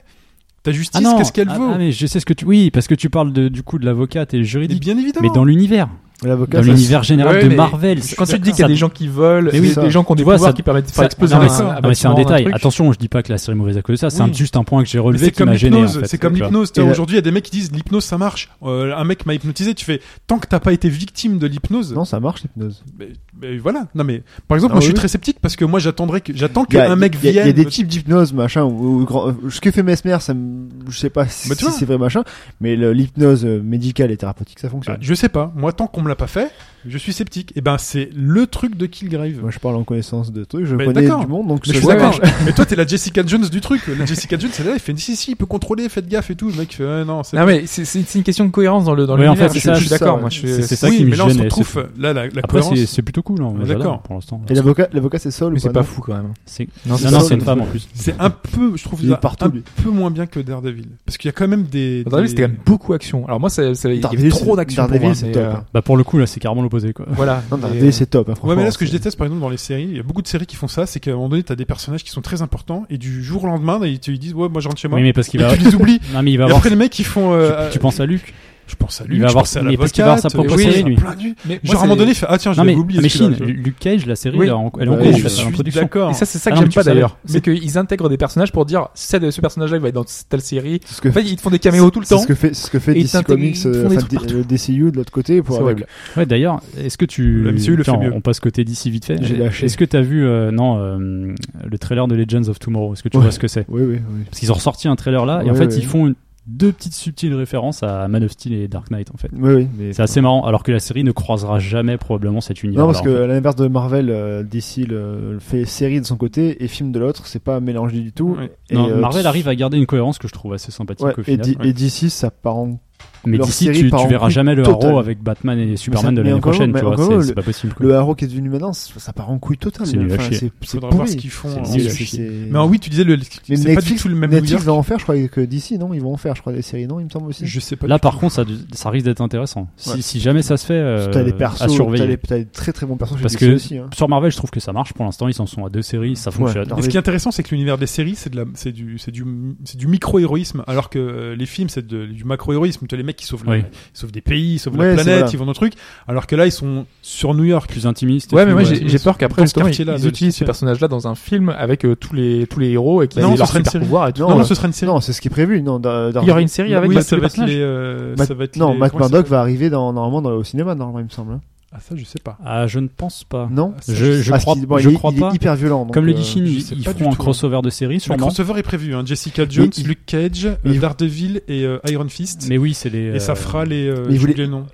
[SPEAKER 1] Ta
[SPEAKER 4] Ah
[SPEAKER 1] justice,
[SPEAKER 4] non,
[SPEAKER 1] qu'est-ce qu'elle
[SPEAKER 4] ah,
[SPEAKER 1] vaut
[SPEAKER 4] ah, mais je sais ce que tu. Oui, parce que tu parles de- du coup de l'avocate et le
[SPEAKER 1] Mais
[SPEAKER 4] juridique.
[SPEAKER 1] Bien
[SPEAKER 4] Mais
[SPEAKER 1] évidemment.
[SPEAKER 4] dans l'univers,
[SPEAKER 2] L'avocat,
[SPEAKER 4] dans
[SPEAKER 2] ça-
[SPEAKER 4] l'univers général
[SPEAKER 3] Ouais,
[SPEAKER 4] de
[SPEAKER 3] mais
[SPEAKER 4] Marvel. c'est-
[SPEAKER 3] Quand tu te dis qu'il y a
[SPEAKER 4] ça-
[SPEAKER 3] des gens qui volent, des,
[SPEAKER 4] Mais oui,
[SPEAKER 2] ça.
[SPEAKER 3] des gens qui ont des
[SPEAKER 4] Tu vois,
[SPEAKER 3] pouvoirs
[SPEAKER 4] ça-
[SPEAKER 3] qui permettent de
[SPEAKER 4] ça-
[SPEAKER 3] faire exploser
[SPEAKER 4] non, mais
[SPEAKER 3] un,
[SPEAKER 4] ça-
[SPEAKER 3] un
[SPEAKER 1] Ah,
[SPEAKER 4] non,
[SPEAKER 1] bah,
[SPEAKER 4] mais c'est un
[SPEAKER 3] bâtiment,
[SPEAKER 4] détail.
[SPEAKER 3] truc.
[SPEAKER 4] Attention, je dis pas que la série est mauvaise à cause de ça. C'est
[SPEAKER 1] Oui.
[SPEAKER 4] un- juste un point que j'ai
[SPEAKER 1] Mais
[SPEAKER 4] relevé
[SPEAKER 1] c'est
[SPEAKER 4] qui
[SPEAKER 1] comme
[SPEAKER 4] m'a gêné. en
[SPEAKER 1] l'hypnose.
[SPEAKER 4] fait.
[SPEAKER 1] c'est comme
[SPEAKER 4] Tu vois.
[SPEAKER 1] l'hypnose. Tu
[SPEAKER 2] Et euh,
[SPEAKER 1] vois,
[SPEAKER 2] la-
[SPEAKER 1] Aujourd'hui, il y a des mecs qui disent l'hypnose, ça marche. Euh, un mec m'a hypnotisé. Tu fais tant que t'as pas été victime de l'hypnose.
[SPEAKER 2] Non, ça marche l'hypnose.
[SPEAKER 1] Mais, mais voilà. Non mais par exemple,
[SPEAKER 2] Ah
[SPEAKER 1] moi
[SPEAKER 2] oui,
[SPEAKER 1] je suis
[SPEAKER 2] oui.
[SPEAKER 1] très sceptique parce que moi j'attendrais que j'attends
[SPEAKER 2] Il y a-
[SPEAKER 1] qu'un mec
[SPEAKER 2] il y a-
[SPEAKER 1] vienne.
[SPEAKER 2] Il y a des
[SPEAKER 1] me-
[SPEAKER 2] types d'hypnose, machin, ou, ou grand- euh, ce que fait Mesmer, ça, me- je sais pas si,
[SPEAKER 1] Bah, tu
[SPEAKER 2] si
[SPEAKER 1] vois.
[SPEAKER 2] c'est vrai, machin, mais le- l'hypnose euh, médicale et thérapeutique, ça
[SPEAKER 1] Bah,
[SPEAKER 2] fonctionne.
[SPEAKER 1] je sais pas. Moi, tant qu'on me l'a pas fait, je suis sceptique. Et ben, c'est le truc de Killgrave.
[SPEAKER 2] Moi, je parle en connaissance de trucs, je
[SPEAKER 1] Mais
[SPEAKER 2] connais
[SPEAKER 1] d'accord.
[SPEAKER 2] du monde, donc
[SPEAKER 1] Mais
[SPEAKER 2] ça
[SPEAKER 1] je suis
[SPEAKER 2] ça
[SPEAKER 1] d'accord.
[SPEAKER 2] marche.
[SPEAKER 1] Mais toi, t'es la Jessica Jones du truc. La Jessica Jones, elle est là, il fait si, si, il peut contrôler, faites gaffe et tout. Le mec fait ah, non, c'est
[SPEAKER 3] Non mais c'est- c'est c'est une question de cohérence dans le dans
[SPEAKER 4] Ouais, en
[SPEAKER 3] l'univers,
[SPEAKER 4] fait,
[SPEAKER 3] je, je
[SPEAKER 4] c'est ça,
[SPEAKER 3] suis
[SPEAKER 2] c'est
[SPEAKER 3] d'accord.
[SPEAKER 2] ça,
[SPEAKER 3] Moi, je suis-
[SPEAKER 4] c'est- c'est ça.
[SPEAKER 1] oui,
[SPEAKER 4] qui me
[SPEAKER 1] mais là, on se
[SPEAKER 4] gêne,
[SPEAKER 1] retrouve
[SPEAKER 4] c'est
[SPEAKER 1] euh, là la, la
[SPEAKER 4] Après, c'est
[SPEAKER 1] cohérence.
[SPEAKER 4] c'est plutôt cool. hein,
[SPEAKER 1] Ah,
[SPEAKER 4] j'adore
[SPEAKER 1] d'accord.
[SPEAKER 4] Pour l'instant.
[SPEAKER 2] Et l'avocat, l'avocat, c'est Saul
[SPEAKER 3] Mais
[SPEAKER 2] ou
[SPEAKER 3] c'est
[SPEAKER 2] pas,
[SPEAKER 3] pas
[SPEAKER 2] non
[SPEAKER 3] fou quand même.
[SPEAKER 4] C'est-
[SPEAKER 3] Non,
[SPEAKER 4] Non,
[SPEAKER 2] ça,
[SPEAKER 4] non,
[SPEAKER 2] ça,
[SPEAKER 4] c'est une
[SPEAKER 2] ça.
[SPEAKER 4] femme en plus.
[SPEAKER 1] C'est un peu, je trouve,
[SPEAKER 2] Il est
[SPEAKER 1] ça
[SPEAKER 2] partout,
[SPEAKER 1] un
[SPEAKER 2] lui.
[SPEAKER 1] peu moins bien que Daredevil, parce qu'il y a quand même des.
[SPEAKER 3] Daredevil,
[SPEAKER 1] des-
[SPEAKER 3] c'était quand même beaucoup d'action. Alors moi, ça, ça- il y avait
[SPEAKER 2] Daredevil,
[SPEAKER 3] trop
[SPEAKER 2] c'est-
[SPEAKER 3] d'action pour
[SPEAKER 2] Daredevil,
[SPEAKER 3] moi.
[SPEAKER 2] c'est
[SPEAKER 3] mais,
[SPEAKER 2] top,
[SPEAKER 3] euh,
[SPEAKER 2] hein.
[SPEAKER 4] Bah pour le coup là, c'est carrément l'opposé quoi.
[SPEAKER 3] Voilà.
[SPEAKER 2] Non,
[SPEAKER 3] Et,
[SPEAKER 2] Daredevil, c'est top, hein,
[SPEAKER 1] Ouais,
[SPEAKER 2] franchement,
[SPEAKER 1] mais là, ce que je
[SPEAKER 2] c'est-
[SPEAKER 1] déteste, par exemple, dans les séries, il y a beaucoup de séries qui font ça, c'est qu'à un moment donné, t'as des personnages qui sont très importants, et du jour au lendemain, ils te ils disent, ouais, moi, je rentre chez moi.
[SPEAKER 4] Oui, mais parce qu'il
[SPEAKER 1] Et
[SPEAKER 4] va.
[SPEAKER 1] tu les oublies.
[SPEAKER 4] Non, mais (laughs) il
[SPEAKER 1] Et
[SPEAKER 4] va avoir.
[SPEAKER 1] après, les mecs, ils font,
[SPEAKER 4] Tu,
[SPEAKER 1] euh,
[SPEAKER 4] tu penses à Luc
[SPEAKER 1] je pense à lui,
[SPEAKER 4] il va
[SPEAKER 1] je
[SPEAKER 4] avoir-
[SPEAKER 1] pense à
[SPEAKER 4] mais parce qu'il va avoir sa
[SPEAKER 1] l'avocate,
[SPEAKER 4] propre
[SPEAKER 1] euh, oui,
[SPEAKER 4] série, lui.
[SPEAKER 1] plein de-
[SPEAKER 3] mais moi,
[SPEAKER 1] Genre, à un moment
[SPEAKER 3] c'est-
[SPEAKER 1] donné, il fait, ah tiens, je
[SPEAKER 4] Non
[SPEAKER 1] l'avais
[SPEAKER 4] mais
[SPEAKER 1] oublié.
[SPEAKER 4] mais
[SPEAKER 1] celui-là,
[SPEAKER 4] Chine,
[SPEAKER 1] tu vois.
[SPEAKER 4] Luc Cage, la série,
[SPEAKER 3] Oui.
[SPEAKER 4] elle est en- elle est en
[SPEAKER 2] Ouais,
[SPEAKER 4] cours.
[SPEAKER 2] je
[SPEAKER 4] je fais
[SPEAKER 1] suis
[SPEAKER 4] l'introduction.
[SPEAKER 1] d'accord.
[SPEAKER 3] Et ça, c'est ça
[SPEAKER 4] Ah
[SPEAKER 3] que
[SPEAKER 4] non, mais
[SPEAKER 3] j'aime
[SPEAKER 4] tu
[SPEAKER 3] pas
[SPEAKER 4] le savais.
[SPEAKER 3] d'ailleurs. C'est qu'ils intègrent des personnages pour dire, c'est- ce personnage-là, il va être dans telle série.
[SPEAKER 2] C'est ce que
[SPEAKER 3] En fait, ils te font des caméos tout le
[SPEAKER 2] C'est
[SPEAKER 3] temps.
[SPEAKER 2] ce que fait, c'est ce que fait
[SPEAKER 3] Et
[SPEAKER 2] DC
[SPEAKER 3] t'intégrer-
[SPEAKER 2] Comics,
[SPEAKER 3] ils
[SPEAKER 2] euh,
[SPEAKER 3] font
[SPEAKER 2] enfin,
[SPEAKER 3] des trucs
[SPEAKER 2] D-
[SPEAKER 3] partout.
[SPEAKER 2] le DCU de l'autre côté pour
[SPEAKER 3] C'est
[SPEAKER 2] avec-
[SPEAKER 3] horrible.
[SPEAKER 4] Ouais, d'ailleurs, est-ce que tu.
[SPEAKER 1] Le MCU le
[SPEAKER 4] Tiens,
[SPEAKER 1] fait mieux.
[SPEAKER 4] On passe côté d'ici vite fait.
[SPEAKER 2] J'ai lâché.
[SPEAKER 4] Est-ce que t'as vu, euh, non, euh, le trailer de Legends of Tomorrow Est-ce que tu
[SPEAKER 2] Ouais.
[SPEAKER 4] vois ce que c'est
[SPEAKER 2] Oui, oui, oui.
[SPEAKER 4] Parce qu'ils ont ressorti un trailer là, et en
[SPEAKER 2] Ouais,
[SPEAKER 4] fait,
[SPEAKER 2] ouais.
[SPEAKER 4] ils font une- deux petites subtiles références à Man of Steel et Dark Knight, en fait.
[SPEAKER 2] Oui, oui, mais-
[SPEAKER 4] C'est assez marrant, alors que la série ne croisera jamais probablement cet univers.
[SPEAKER 2] Non, parce que
[SPEAKER 4] alors, en
[SPEAKER 2] à l'inverse de Marvel, euh, DC le, le fait série de son côté et film de l'autre, c'est pas mélangé du tout.
[SPEAKER 1] Ouais.
[SPEAKER 2] Et,
[SPEAKER 4] fait. Non,
[SPEAKER 2] euh,
[SPEAKER 4] Marvel arrive à garder une cohérence que je trouve assez sympathique
[SPEAKER 2] ouais,
[SPEAKER 4] au
[SPEAKER 2] et,
[SPEAKER 4] final.
[SPEAKER 2] D- et DC, ça part en.
[SPEAKER 4] Mais
[SPEAKER 2] leur
[SPEAKER 4] d'ici,
[SPEAKER 2] série
[SPEAKER 4] tu,
[SPEAKER 2] part
[SPEAKER 4] tu
[SPEAKER 2] en
[SPEAKER 4] verras
[SPEAKER 2] couille
[SPEAKER 4] jamais le
[SPEAKER 2] totale.
[SPEAKER 4] héros avec Batman et Superman
[SPEAKER 2] ça-
[SPEAKER 4] de
[SPEAKER 2] mais
[SPEAKER 4] l'année
[SPEAKER 2] encore
[SPEAKER 4] prochaine,
[SPEAKER 2] heureux,
[SPEAKER 4] tu
[SPEAKER 2] mais
[SPEAKER 4] vois,
[SPEAKER 2] encore
[SPEAKER 4] c'est
[SPEAKER 2] heureux,
[SPEAKER 4] c'est pas possible. quoi.
[SPEAKER 2] Le haro qui est devenu maintenant, c- ça part en couille totale.
[SPEAKER 4] C'est nul à
[SPEAKER 2] Enfin,
[SPEAKER 4] chier.
[SPEAKER 2] c'est c'est
[SPEAKER 1] Faudra voir
[SPEAKER 2] pourri.
[SPEAKER 1] ce qu'ils font.
[SPEAKER 4] C'est
[SPEAKER 1] en-
[SPEAKER 4] nul à
[SPEAKER 2] C'est-
[SPEAKER 4] chier.
[SPEAKER 2] c'est-
[SPEAKER 1] Mais en oui, tu disais, le,
[SPEAKER 2] Mais
[SPEAKER 1] c'est pas du tout le même
[SPEAKER 2] Netflix
[SPEAKER 1] univers.
[SPEAKER 2] va en faire, je crois, que DC, non Ils vont en faire, je crois, des séries, non Il me semble aussi.
[SPEAKER 1] Je sais pas.
[SPEAKER 4] Là,
[SPEAKER 1] du tout.
[SPEAKER 4] par contre, ça, ça risque d'être intéressant. Si,
[SPEAKER 2] Ouais.
[SPEAKER 4] si jamais ça se fait, euh,
[SPEAKER 2] T'as des persos,
[SPEAKER 4] à
[SPEAKER 2] t'as
[SPEAKER 4] surveiller.
[SPEAKER 2] des, t'as des très très bons persos chez
[SPEAKER 4] Parce
[SPEAKER 2] DC
[SPEAKER 4] que-
[SPEAKER 2] aussi. Hein.
[SPEAKER 4] Sur Marvel, je trouve que ça marche. Pour l'instant, ils en sont à deux séries, ça fonctionne.
[SPEAKER 2] non,
[SPEAKER 1] Mais ce
[SPEAKER 2] mais-
[SPEAKER 1] qui est intéressant, c'est que l'univers des séries, c'est de la, c'est du, c'est du, c'est du micro-héroïsme, alors que euh, les films, c'est de- du macro-héroïsme. Tu vois, les mecs qui sauvent, le-
[SPEAKER 4] Oui.
[SPEAKER 1] ils sauvent des pays, ils sauvent
[SPEAKER 2] Ouais,
[SPEAKER 1] la
[SPEAKER 2] c'est
[SPEAKER 1] planète,
[SPEAKER 2] voilà.
[SPEAKER 1] ils vont dans le truc, alors que là, ils sont sur New York.
[SPEAKER 4] Plus intimiste. et
[SPEAKER 3] Ouais,
[SPEAKER 4] tout,
[SPEAKER 3] mais moi,
[SPEAKER 1] ouais.
[SPEAKER 3] j'ai j'ai peur qu'après,
[SPEAKER 1] Dans ce
[SPEAKER 3] justement, ils,
[SPEAKER 1] quartier-là,
[SPEAKER 3] ils
[SPEAKER 1] de-
[SPEAKER 3] utilisent ces personnages-là dans un film avec euh, tous les tous les héros et qu'ils
[SPEAKER 1] Non,
[SPEAKER 3] aient
[SPEAKER 1] ce
[SPEAKER 3] leur
[SPEAKER 1] serait une
[SPEAKER 3] super
[SPEAKER 1] série.
[SPEAKER 3] pouvoir et tout.
[SPEAKER 1] Non,
[SPEAKER 2] Non,
[SPEAKER 1] ce serait une série.
[SPEAKER 2] Non, c'est ce qui est prévu. Non, Dar- Dar-
[SPEAKER 3] Il y aura une série avec
[SPEAKER 1] oui,
[SPEAKER 3] bah, tous
[SPEAKER 1] ça
[SPEAKER 3] les
[SPEAKER 1] va être
[SPEAKER 3] personnages.
[SPEAKER 1] les, euh,
[SPEAKER 2] Matt-
[SPEAKER 1] ça va être
[SPEAKER 2] non
[SPEAKER 1] les-
[SPEAKER 2] Matt
[SPEAKER 1] comment ça
[SPEAKER 2] Murdock va arriver dans, normalement dans, au cinéma, normalement, il me semble. hein.
[SPEAKER 1] s'appelle Ah, ça, je sais pas.
[SPEAKER 4] Ah, je ne pense pas.
[SPEAKER 2] Non
[SPEAKER 1] ça,
[SPEAKER 4] Je, je
[SPEAKER 2] Ah,
[SPEAKER 4] crois,
[SPEAKER 2] ce qui- bon,
[SPEAKER 4] je
[SPEAKER 2] il est-
[SPEAKER 4] crois
[SPEAKER 2] il est
[SPEAKER 4] pas.
[SPEAKER 2] hyper violent. donc,
[SPEAKER 4] Comme le
[SPEAKER 2] euh,
[SPEAKER 4] dit Shin,
[SPEAKER 1] je
[SPEAKER 4] ils,
[SPEAKER 1] sais
[SPEAKER 4] ils
[SPEAKER 1] pas du
[SPEAKER 4] feront un
[SPEAKER 1] tout, hein.
[SPEAKER 4] crossover de séries,
[SPEAKER 1] Le
[SPEAKER 4] sûrement.
[SPEAKER 1] crossover est prévu. Hein. Jessica Jones,
[SPEAKER 2] il-
[SPEAKER 1] Luke Cage, euh,
[SPEAKER 2] il-
[SPEAKER 1] Daredevil et euh, Iron Fist.
[SPEAKER 4] Mais oui, c'est les.
[SPEAKER 1] Et ça fera les. euh,
[SPEAKER 2] mais il
[SPEAKER 1] j'ai
[SPEAKER 2] voulait-
[SPEAKER 1] oublié le nom.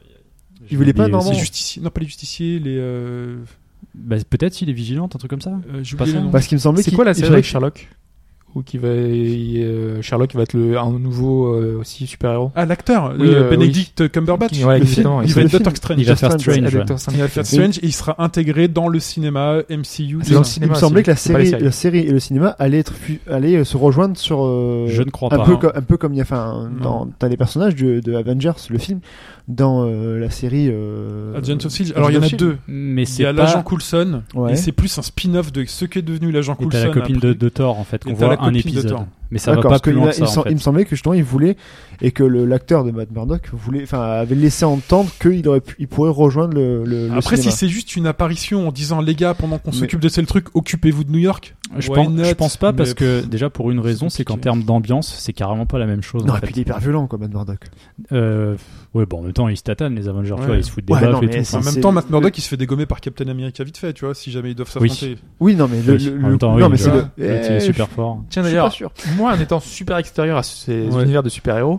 [SPEAKER 2] il voulait pas,
[SPEAKER 1] Les
[SPEAKER 2] normalement.
[SPEAKER 1] justiciers. Non, pas les justiciers. Les. euh,
[SPEAKER 4] Peut-être il est vigilant, un truc comme ça.
[SPEAKER 1] euh, j'ai
[SPEAKER 4] Pas
[SPEAKER 1] oublié
[SPEAKER 4] ça.
[SPEAKER 1] le nom.
[SPEAKER 2] Parce qu'il me semblait
[SPEAKER 3] C'est
[SPEAKER 2] qu'il-
[SPEAKER 3] quoi la
[SPEAKER 2] il
[SPEAKER 3] série
[SPEAKER 2] faudrait
[SPEAKER 3] avec Sherlock Ou qui va il- euh, Sherlock qui va être le un nouveau euh, aussi super héros.
[SPEAKER 1] Ah, l'acteur,
[SPEAKER 3] Oui,
[SPEAKER 1] euh,
[SPEAKER 3] euh,
[SPEAKER 1] Benedict Cumberbatch.
[SPEAKER 3] Qui- ouais,
[SPEAKER 1] Le
[SPEAKER 3] exactement,
[SPEAKER 1] film. il va
[SPEAKER 3] il fait
[SPEAKER 1] être
[SPEAKER 2] le
[SPEAKER 1] Doctor
[SPEAKER 2] film.
[SPEAKER 1] Strange.
[SPEAKER 4] Il va faire
[SPEAKER 2] Strange,
[SPEAKER 4] Strange. ouais.
[SPEAKER 3] Doctor Strange.
[SPEAKER 1] Il va faire
[SPEAKER 2] film.
[SPEAKER 1] Strange et il sera intégré dans le cinéma MCU.
[SPEAKER 3] Ah,
[SPEAKER 2] Il
[SPEAKER 3] C'est
[SPEAKER 2] me-
[SPEAKER 3] dans le cinéma
[SPEAKER 2] il me semblait
[SPEAKER 3] aussi,
[SPEAKER 2] que la
[SPEAKER 3] c'est pas les
[SPEAKER 2] série,
[SPEAKER 3] séries.
[SPEAKER 2] la série et le cinéma allaient, être fu- allaient euh, se rejoindre sur. euh,
[SPEAKER 4] Je ne crois
[SPEAKER 2] un
[SPEAKER 4] pas.
[SPEAKER 2] Peu
[SPEAKER 4] hein.
[SPEAKER 2] comme, un peu comme il y a, enfin, dans, t'as les personnages du- de Avengers, le film, dans euh, la série. Euh,
[SPEAKER 1] Agents of Shield. E Alors il y en a
[SPEAKER 2] Agents of
[SPEAKER 1] deux.
[SPEAKER 4] Mais
[SPEAKER 1] Il y
[SPEAKER 4] c'est
[SPEAKER 1] a
[SPEAKER 4] pas.
[SPEAKER 1] l'agent Coulson
[SPEAKER 2] Ouais.
[SPEAKER 1] et c'est plus un spin-off de ce qu'est devenu l'agent
[SPEAKER 4] Et
[SPEAKER 1] Coulson.
[SPEAKER 4] t'as la copine
[SPEAKER 1] après.
[SPEAKER 4] de, de Thor en fait
[SPEAKER 1] Et
[SPEAKER 4] qu'on
[SPEAKER 1] t'as la
[SPEAKER 4] voit un
[SPEAKER 1] copine de
[SPEAKER 4] épisode.
[SPEAKER 1] Thor.
[SPEAKER 4] Mais ça va
[SPEAKER 2] D'accord,
[SPEAKER 4] pas
[SPEAKER 2] parce
[SPEAKER 4] plus
[SPEAKER 2] que
[SPEAKER 4] loin
[SPEAKER 2] il,
[SPEAKER 4] que ça.
[SPEAKER 2] il sem-
[SPEAKER 4] en fait.
[SPEAKER 2] il me semblait que justement il voulait et que le- l'acteur de Matt Murdock voulait, enfin, avait laissé entendre qu'il aurait, pu- il pourrait rejoindre le. le, le
[SPEAKER 1] Après, si
[SPEAKER 2] cinéma.
[SPEAKER 1] c'est juste une apparition en disant les gars, pendant qu'on
[SPEAKER 2] Mais-
[SPEAKER 1] s'occupe de ce truc, occupez-vous de New York.
[SPEAKER 4] Je
[SPEAKER 1] Why
[SPEAKER 4] pense, je
[SPEAKER 1] not
[SPEAKER 4] pense pas parce
[SPEAKER 1] Mais-
[SPEAKER 4] que déjà pour une raison, c'est qu'en
[SPEAKER 1] compliqué.
[SPEAKER 4] termes d'ambiance, c'est carrément pas la même chose.
[SPEAKER 2] non,
[SPEAKER 4] en
[SPEAKER 2] et
[SPEAKER 4] fait.
[SPEAKER 2] puis il est hyper violent, quoi, Matt Murdock.
[SPEAKER 4] Euh, ouais, bon, en même temps, ils se tatanent les Avengers, tu vois,
[SPEAKER 1] Ouais.
[SPEAKER 4] ils se foutent des
[SPEAKER 2] Ouais,
[SPEAKER 4] baffes
[SPEAKER 2] non,
[SPEAKER 4] et
[SPEAKER 2] mais
[SPEAKER 4] tout.
[SPEAKER 2] c'est-
[SPEAKER 4] enfin,
[SPEAKER 1] En même
[SPEAKER 2] c'est-
[SPEAKER 1] temps, Matt Murdock, il se fait dégommer par Captain America vite fait, tu vois, si jamais ils doivent
[SPEAKER 4] Oui.
[SPEAKER 1] s'affronter.
[SPEAKER 2] Oui, non, mais le.
[SPEAKER 4] oui,
[SPEAKER 2] le-
[SPEAKER 4] en même
[SPEAKER 2] le-
[SPEAKER 4] temps,
[SPEAKER 2] non,
[SPEAKER 4] oui,
[SPEAKER 2] mais
[SPEAKER 4] le-
[SPEAKER 2] c'est le.
[SPEAKER 4] le
[SPEAKER 2] eh,
[SPEAKER 4] type est
[SPEAKER 2] je-
[SPEAKER 4] super fort.
[SPEAKER 3] Tiens
[SPEAKER 2] je suis
[SPEAKER 3] d'ailleurs,
[SPEAKER 2] pas sûr.
[SPEAKER 3] moi en étant super extérieur à ces
[SPEAKER 1] Ouais.
[SPEAKER 3] univers de super héros,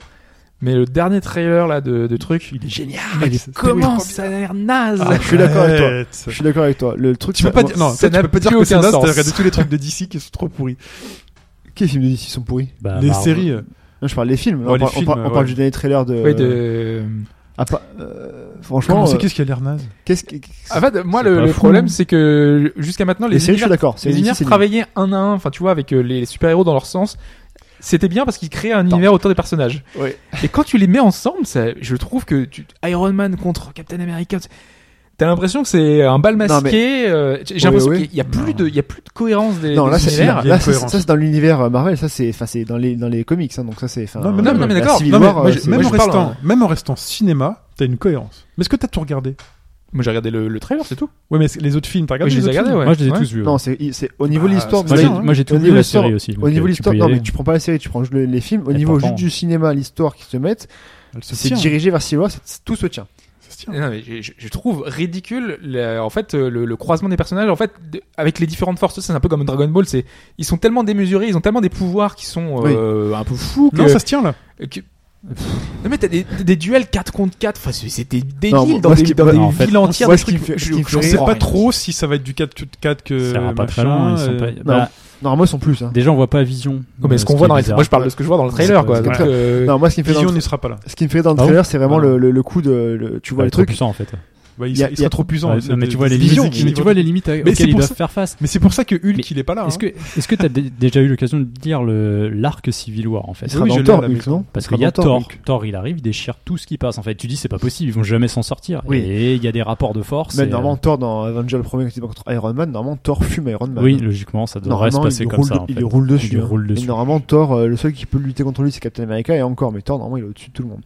[SPEAKER 3] mais le dernier trailer là de, de truc,
[SPEAKER 1] Il est génial. Ah,
[SPEAKER 3] comment ça a l'air naze
[SPEAKER 4] Ah.
[SPEAKER 2] je suis d'accord avec toi. Je suis d'accord avec toi. Le truc,
[SPEAKER 1] Tu peux
[SPEAKER 2] Eh, ça-
[SPEAKER 1] pas
[SPEAKER 2] moi-
[SPEAKER 1] dire, non,
[SPEAKER 3] ça
[SPEAKER 1] toi, tu
[SPEAKER 3] n'a
[SPEAKER 1] peux pas
[SPEAKER 3] plus
[SPEAKER 1] dire que c'est
[SPEAKER 3] aucun
[SPEAKER 1] naze,
[SPEAKER 3] sens.
[SPEAKER 1] t'as regardé tous les trucs de DC qui sont trop pourris.
[SPEAKER 2] Quels films de DC sont pourris
[SPEAKER 4] Bah,
[SPEAKER 1] les
[SPEAKER 4] Marvel-
[SPEAKER 1] séries. euh,
[SPEAKER 2] Non, je parle des films. Là,
[SPEAKER 1] Ouais,
[SPEAKER 2] on,
[SPEAKER 1] les
[SPEAKER 2] parle, on
[SPEAKER 1] films,
[SPEAKER 2] parle- on
[SPEAKER 1] ouais.
[SPEAKER 2] parle du dernier trailer de.
[SPEAKER 3] Oui, de...
[SPEAKER 2] Ah, pas- euh,
[SPEAKER 1] Comment
[SPEAKER 2] franchement,
[SPEAKER 1] c'est
[SPEAKER 2] euh,
[SPEAKER 1] qu'est-ce qui a l'air naze
[SPEAKER 2] qu'est-ce qui. qu'est-ce-
[SPEAKER 3] Ah, En fait, moi
[SPEAKER 4] C'est
[SPEAKER 3] le,
[SPEAKER 4] pas
[SPEAKER 3] le
[SPEAKER 4] fou.
[SPEAKER 3] problème c'est que jusqu'à maintenant
[SPEAKER 2] les
[SPEAKER 3] les
[SPEAKER 2] séries, je
[SPEAKER 3] univers,
[SPEAKER 2] suis d'accord. c'est
[SPEAKER 3] les univers
[SPEAKER 2] c'est-
[SPEAKER 3] travaillaient un à un, enfin tu vois avec euh, les super héros dans leur sens. C'était bien parce qu'ils créaient un
[SPEAKER 2] Attends.
[SPEAKER 3] univers autour des personnages.
[SPEAKER 2] Ouais.
[SPEAKER 3] Et quand tu les mets ensemble, ça, je trouve que tu, Iron Man contre Captain America, T'as l'impression que c'est un bal masqué. euh, J'ai j'ai
[SPEAKER 2] Oui,
[SPEAKER 3] l'impression
[SPEAKER 2] oui.
[SPEAKER 3] qu'il y a plus de, il y a plus de cohérence des,
[SPEAKER 2] non,
[SPEAKER 3] des
[SPEAKER 2] là, c'est
[SPEAKER 3] univers.
[SPEAKER 1] il y a
[SPEAKER 2] là,
[SPEAKER 1] une
[SPEAKER 2] ça, c'est-
[SPEAKER 1] cohérence.
[SPEAKER 2] ça, c'est dans l'univers euh, Marvel. Ça, c'est, enfin, c'est dans les, dans les comics. hein, donc ça, c'est, enfin,
[SPEAKER 1] Non, mais-
[SPEAKER 2] euh,
[SPEAKER 1] non, mais
[SPEAKER 2] la
[SPEAKER 3] d'accord.
[SPEAKER 2] Civil
[SPEAKER 1] Non, mais
[SPEAKER 2] War,
[SPEAKER 1] moi,
[SPEAKER 2] euh,
[SPEAKER 1] je-
[SPEAKER 2] c'est-
[SPEAKER 1] même,
[SPEAKER 3] moi,
[SPEAKER 1] en
[SPEAKER 3] je parle,
[SPEAKER 1] restant,
[SPEAKER 3] hein.
[SPEAKER 1] même en restant cinéma, t'as une cohérence. Mais est-ce que t'as tout regardé
[SPEAKER 3] Moi, j'ai regardé le, le trailer, c'est tout.
[SPEAKER 1] Ouais, mais les autres films, t'as regardé
[SPEAKER 3] Oui, je
[SPEAKER 1] les
[SPEAKER 3] les ai
[SPEAKER 1] autres
[SPEAKER 3] regardés,
[SPEAKER 1] films
[SPEAKER 3] ouais.
[SPEAKER 4] Moi, je les ai tous vus. ouais.
[SPEAKER 2] Non, c'est, c'est au niveau
[SPEAKER 1] Bah,
[SPEAKER 2] de l'histoire.
[SPEAKER 1] c'est
[SPEAKER 4] Moi,
[SPEAKER 2] déjà,
[SPEAKER 4] j'ai-
[SPEAKER 1] ça, hein.
[SPEAKER 4] moi, j'ai tout
[SPEAKER 2] Au
[SPEAKER 4] vu
[SPEAKER 2] niveau
[SPEAKER 4] la
[SPEAKER 2] histoire-
[SPEAKER 4] série aussi.
[SPEAKER 2] Au niveau de l'histoire, non, mais tu
[SPEAKER 4] tu...
[SPEAKER 2] prends pas la série, tu prends le- les films. Au
[SPEAKER 4] Et
[SPEAKER 2] niveau
[SPEAKER 4] pourtant-
[SPEAKER 2] juste du cinéma, l'histoire qui se mettent,
[SPEAKER 1] Elle se
[SPEAKER 2] c'est
[SPEAKER 1] tient,
[SPEAKER 2] dirigé vers Civil War, c'est- c'est- tout se tient.
[SPEAKER 1] ça se tient.
[SPEAKER 3] Non, mais je, je- je trouve ridicule la- en fait euh, le, le croisement des personnages en fait de- avec les différentes forces c'est un peu comme Dragon Ball c'est ils sont tellement démesurés ils ont tellement des pouvoirs qui sont euh, un peu fous que,
[SPEAKER 1] Non, ça se tient
[SPEAKER 4] euh,
[SPEAKER 1] là.
[SPEAKER 3] Euh, que- non mais t'as des, des- des duels 4 contre 4 enfin c'est- c'était débile
[SPEAKER 2] Non, moi,
[SPEAKER 3] dans
[SPEAKER 2] moi,
[SPEAKER 3] des,
[SPEAKER 2] ce qui-
[SPEAKER 3] dans
[SPEAKER 2] moi,
[SPEAKER 3] des
[SPEAKER 4] en fait,
[SPEAKER 3] villes entières
[SPEAKER 2] moi,
[SPEAKER 3] des
[SPEAKER 2] ce qui me
[SPEAKER 3] trucs
[SPEAKER 2] fait- ce qui
[SPEAKER 3] je-
[SPEAKER 2] me
[SPEAKER 3] je
[SPEAKER 2] fait
[SPEAKER 1] Je
[SPEAKER 3] sais
[SPEAKER 1] sais
[SPEAKER 2] rire,
[SPEAKER 1] pas
[SPEAKER 3] rien.
[SPEAKER 1] trop si ça va être du 4 4 que.
[SPEAKER 4] Ça ira pas très
[SPEAKER 1] machin,
[SPEAKER 4] loin. ils sont
[SPEAKER 1] euh,
[SPEAKER 4] pas-
[SPEAKER 2] Non,
[SPEAKER 4] bah,
[SPEAKER 2] Normalement, ils sont plus. hein.
[SPEAKER 4] Déjà, on voit pas Vision. Euh,
[SPEAKER 3] Non, mais ce qu'on voit dans les... moi je parle de ce que je vois dans le trailer
[SPEAKER 4] C'est
[SPEAKER 3] quoi
[SPEAKER 4] pas-
[SPEAKER 3] donc,
[SPEAKER 1] c'est
[SPEAKER 3] euh,
[SPEAKER 2] Non, moi, ce qui me fait dans
[SPEAKER 1] Vision
[SPEAKER 2] le,
[SPEAKER 1] n'y sera pas là.
[SPEAKER 2] ce qui me fait dans le
[SPEAKER 4] Ah bon
[SPEAKER 2] trailer, c'est vraiment
[SPEAKER 4] Ah non.
[SPEAKER 2] le, le, le coup de, le- tu vois
[SPEAKER 4] Ouais,
[SPEAKER 2] le
[SPEAKER 4] trop
[SPEAKER 2] truc.
[SPEAKER 4] puissant en fait.
[SPEAKER 1] Bah, il,
[SPEAKER 2] Y a-
[SPEAKER 1] sera- il
[SPEAKER 2] y a-
[SPEAKER 1] sera trop puissant.
[SPEAKER 4] Ouais,
[SPEAKER 1] c'est-
[SPEAKER 4] non, mais tu vois les
[SPEAKER 1] Vision,
[SPEAKER 4] limites,
[SPEAKER 1] mais
[SPEAKER 4] mais tu vois les limites à-
[SPEAKER 1] Mais c'est
[SPEAKER 4] auxquelles ils
[SPEAKER 1] pour
[SPEAKER 4] doivent
[SPEAKER 1] ça-
[SPEAKER 4] faire face.
[SPEAKER 1] Mais c'est pour ça que Hulk, il est pas là.
[SPEAKER 4] Est-ce
[SPEAKER 1] hein.
[SPEAKER 4] que est-ce que t'as dé- déjà eu l'occasion de lire le l'arc Civil War en fait
[SPEAKER 2] Il sera
[SPEAKER 1] Oui, je
[SPEAKER 2] dans
[SPEAKER 1] l'ai à
[SPEAKER 2] Thor,
[SPEAKER 1] la
[SPEAKER 2] Hulk,
[SPEAKER 1] maison.
[SPEAKER 2] non
[SPEAKER 4] Parce
[SPEAKER 2] Il sera
[SPEAKER 4] qu'il y a
[SPEAKER 2] dans
[SPEAKER 4] Thor.
[SPEAKER 2] Hulk.
[SPEAKER 4] Thor, il arrive, il déchire tout ce qui passe. En fait, tu dis c'est pas possible, ils vont jamais s'en sortir.
[SPEAKER 2] Oui.
[SPEAKER 4] Et il y a des rapports de force.
[SPEAKER 2] Mais
[SPEAKER 4] et, euh,
[SPEAKER 2] normalement, Thor dans Avenger le premier qui était contre Iron Man, normalement, Thor fume Iron
[SPEAKER 4] euh,
[SPEAKER 2] Man.
[SPEAKER 4] oui,
[SPEAKER 2] Hein.
[SPEAKER 4] logiquement, ça devrait se
[SPEAKER 2] normalement,
[SPEAKER 4] passer
[SPEAKER 2] il
[SPEAKER 4] comme
[SPEAKER 2] roule,
[SPEAKER 4] ça.
[SPEAKER 2] de-
[SPEAKER 4] en
[SPEAKER 2] il
[SPEAKER 4] fait.
[SPEAKER 2] lui roule dessus.
[SPEAKER 4] Il lui
[SPEAKER 2] hein.
[SPEAKER 4] roule
[SPEAKER 2] Et
[SPEAKER 4] dessus.
[SPEAKER 2] normalement, Thor, euh, le seul qui peut lutter contre lui, c'est Captain America et encore, mais Thor, normalement, il est au-dessus de tout le monde.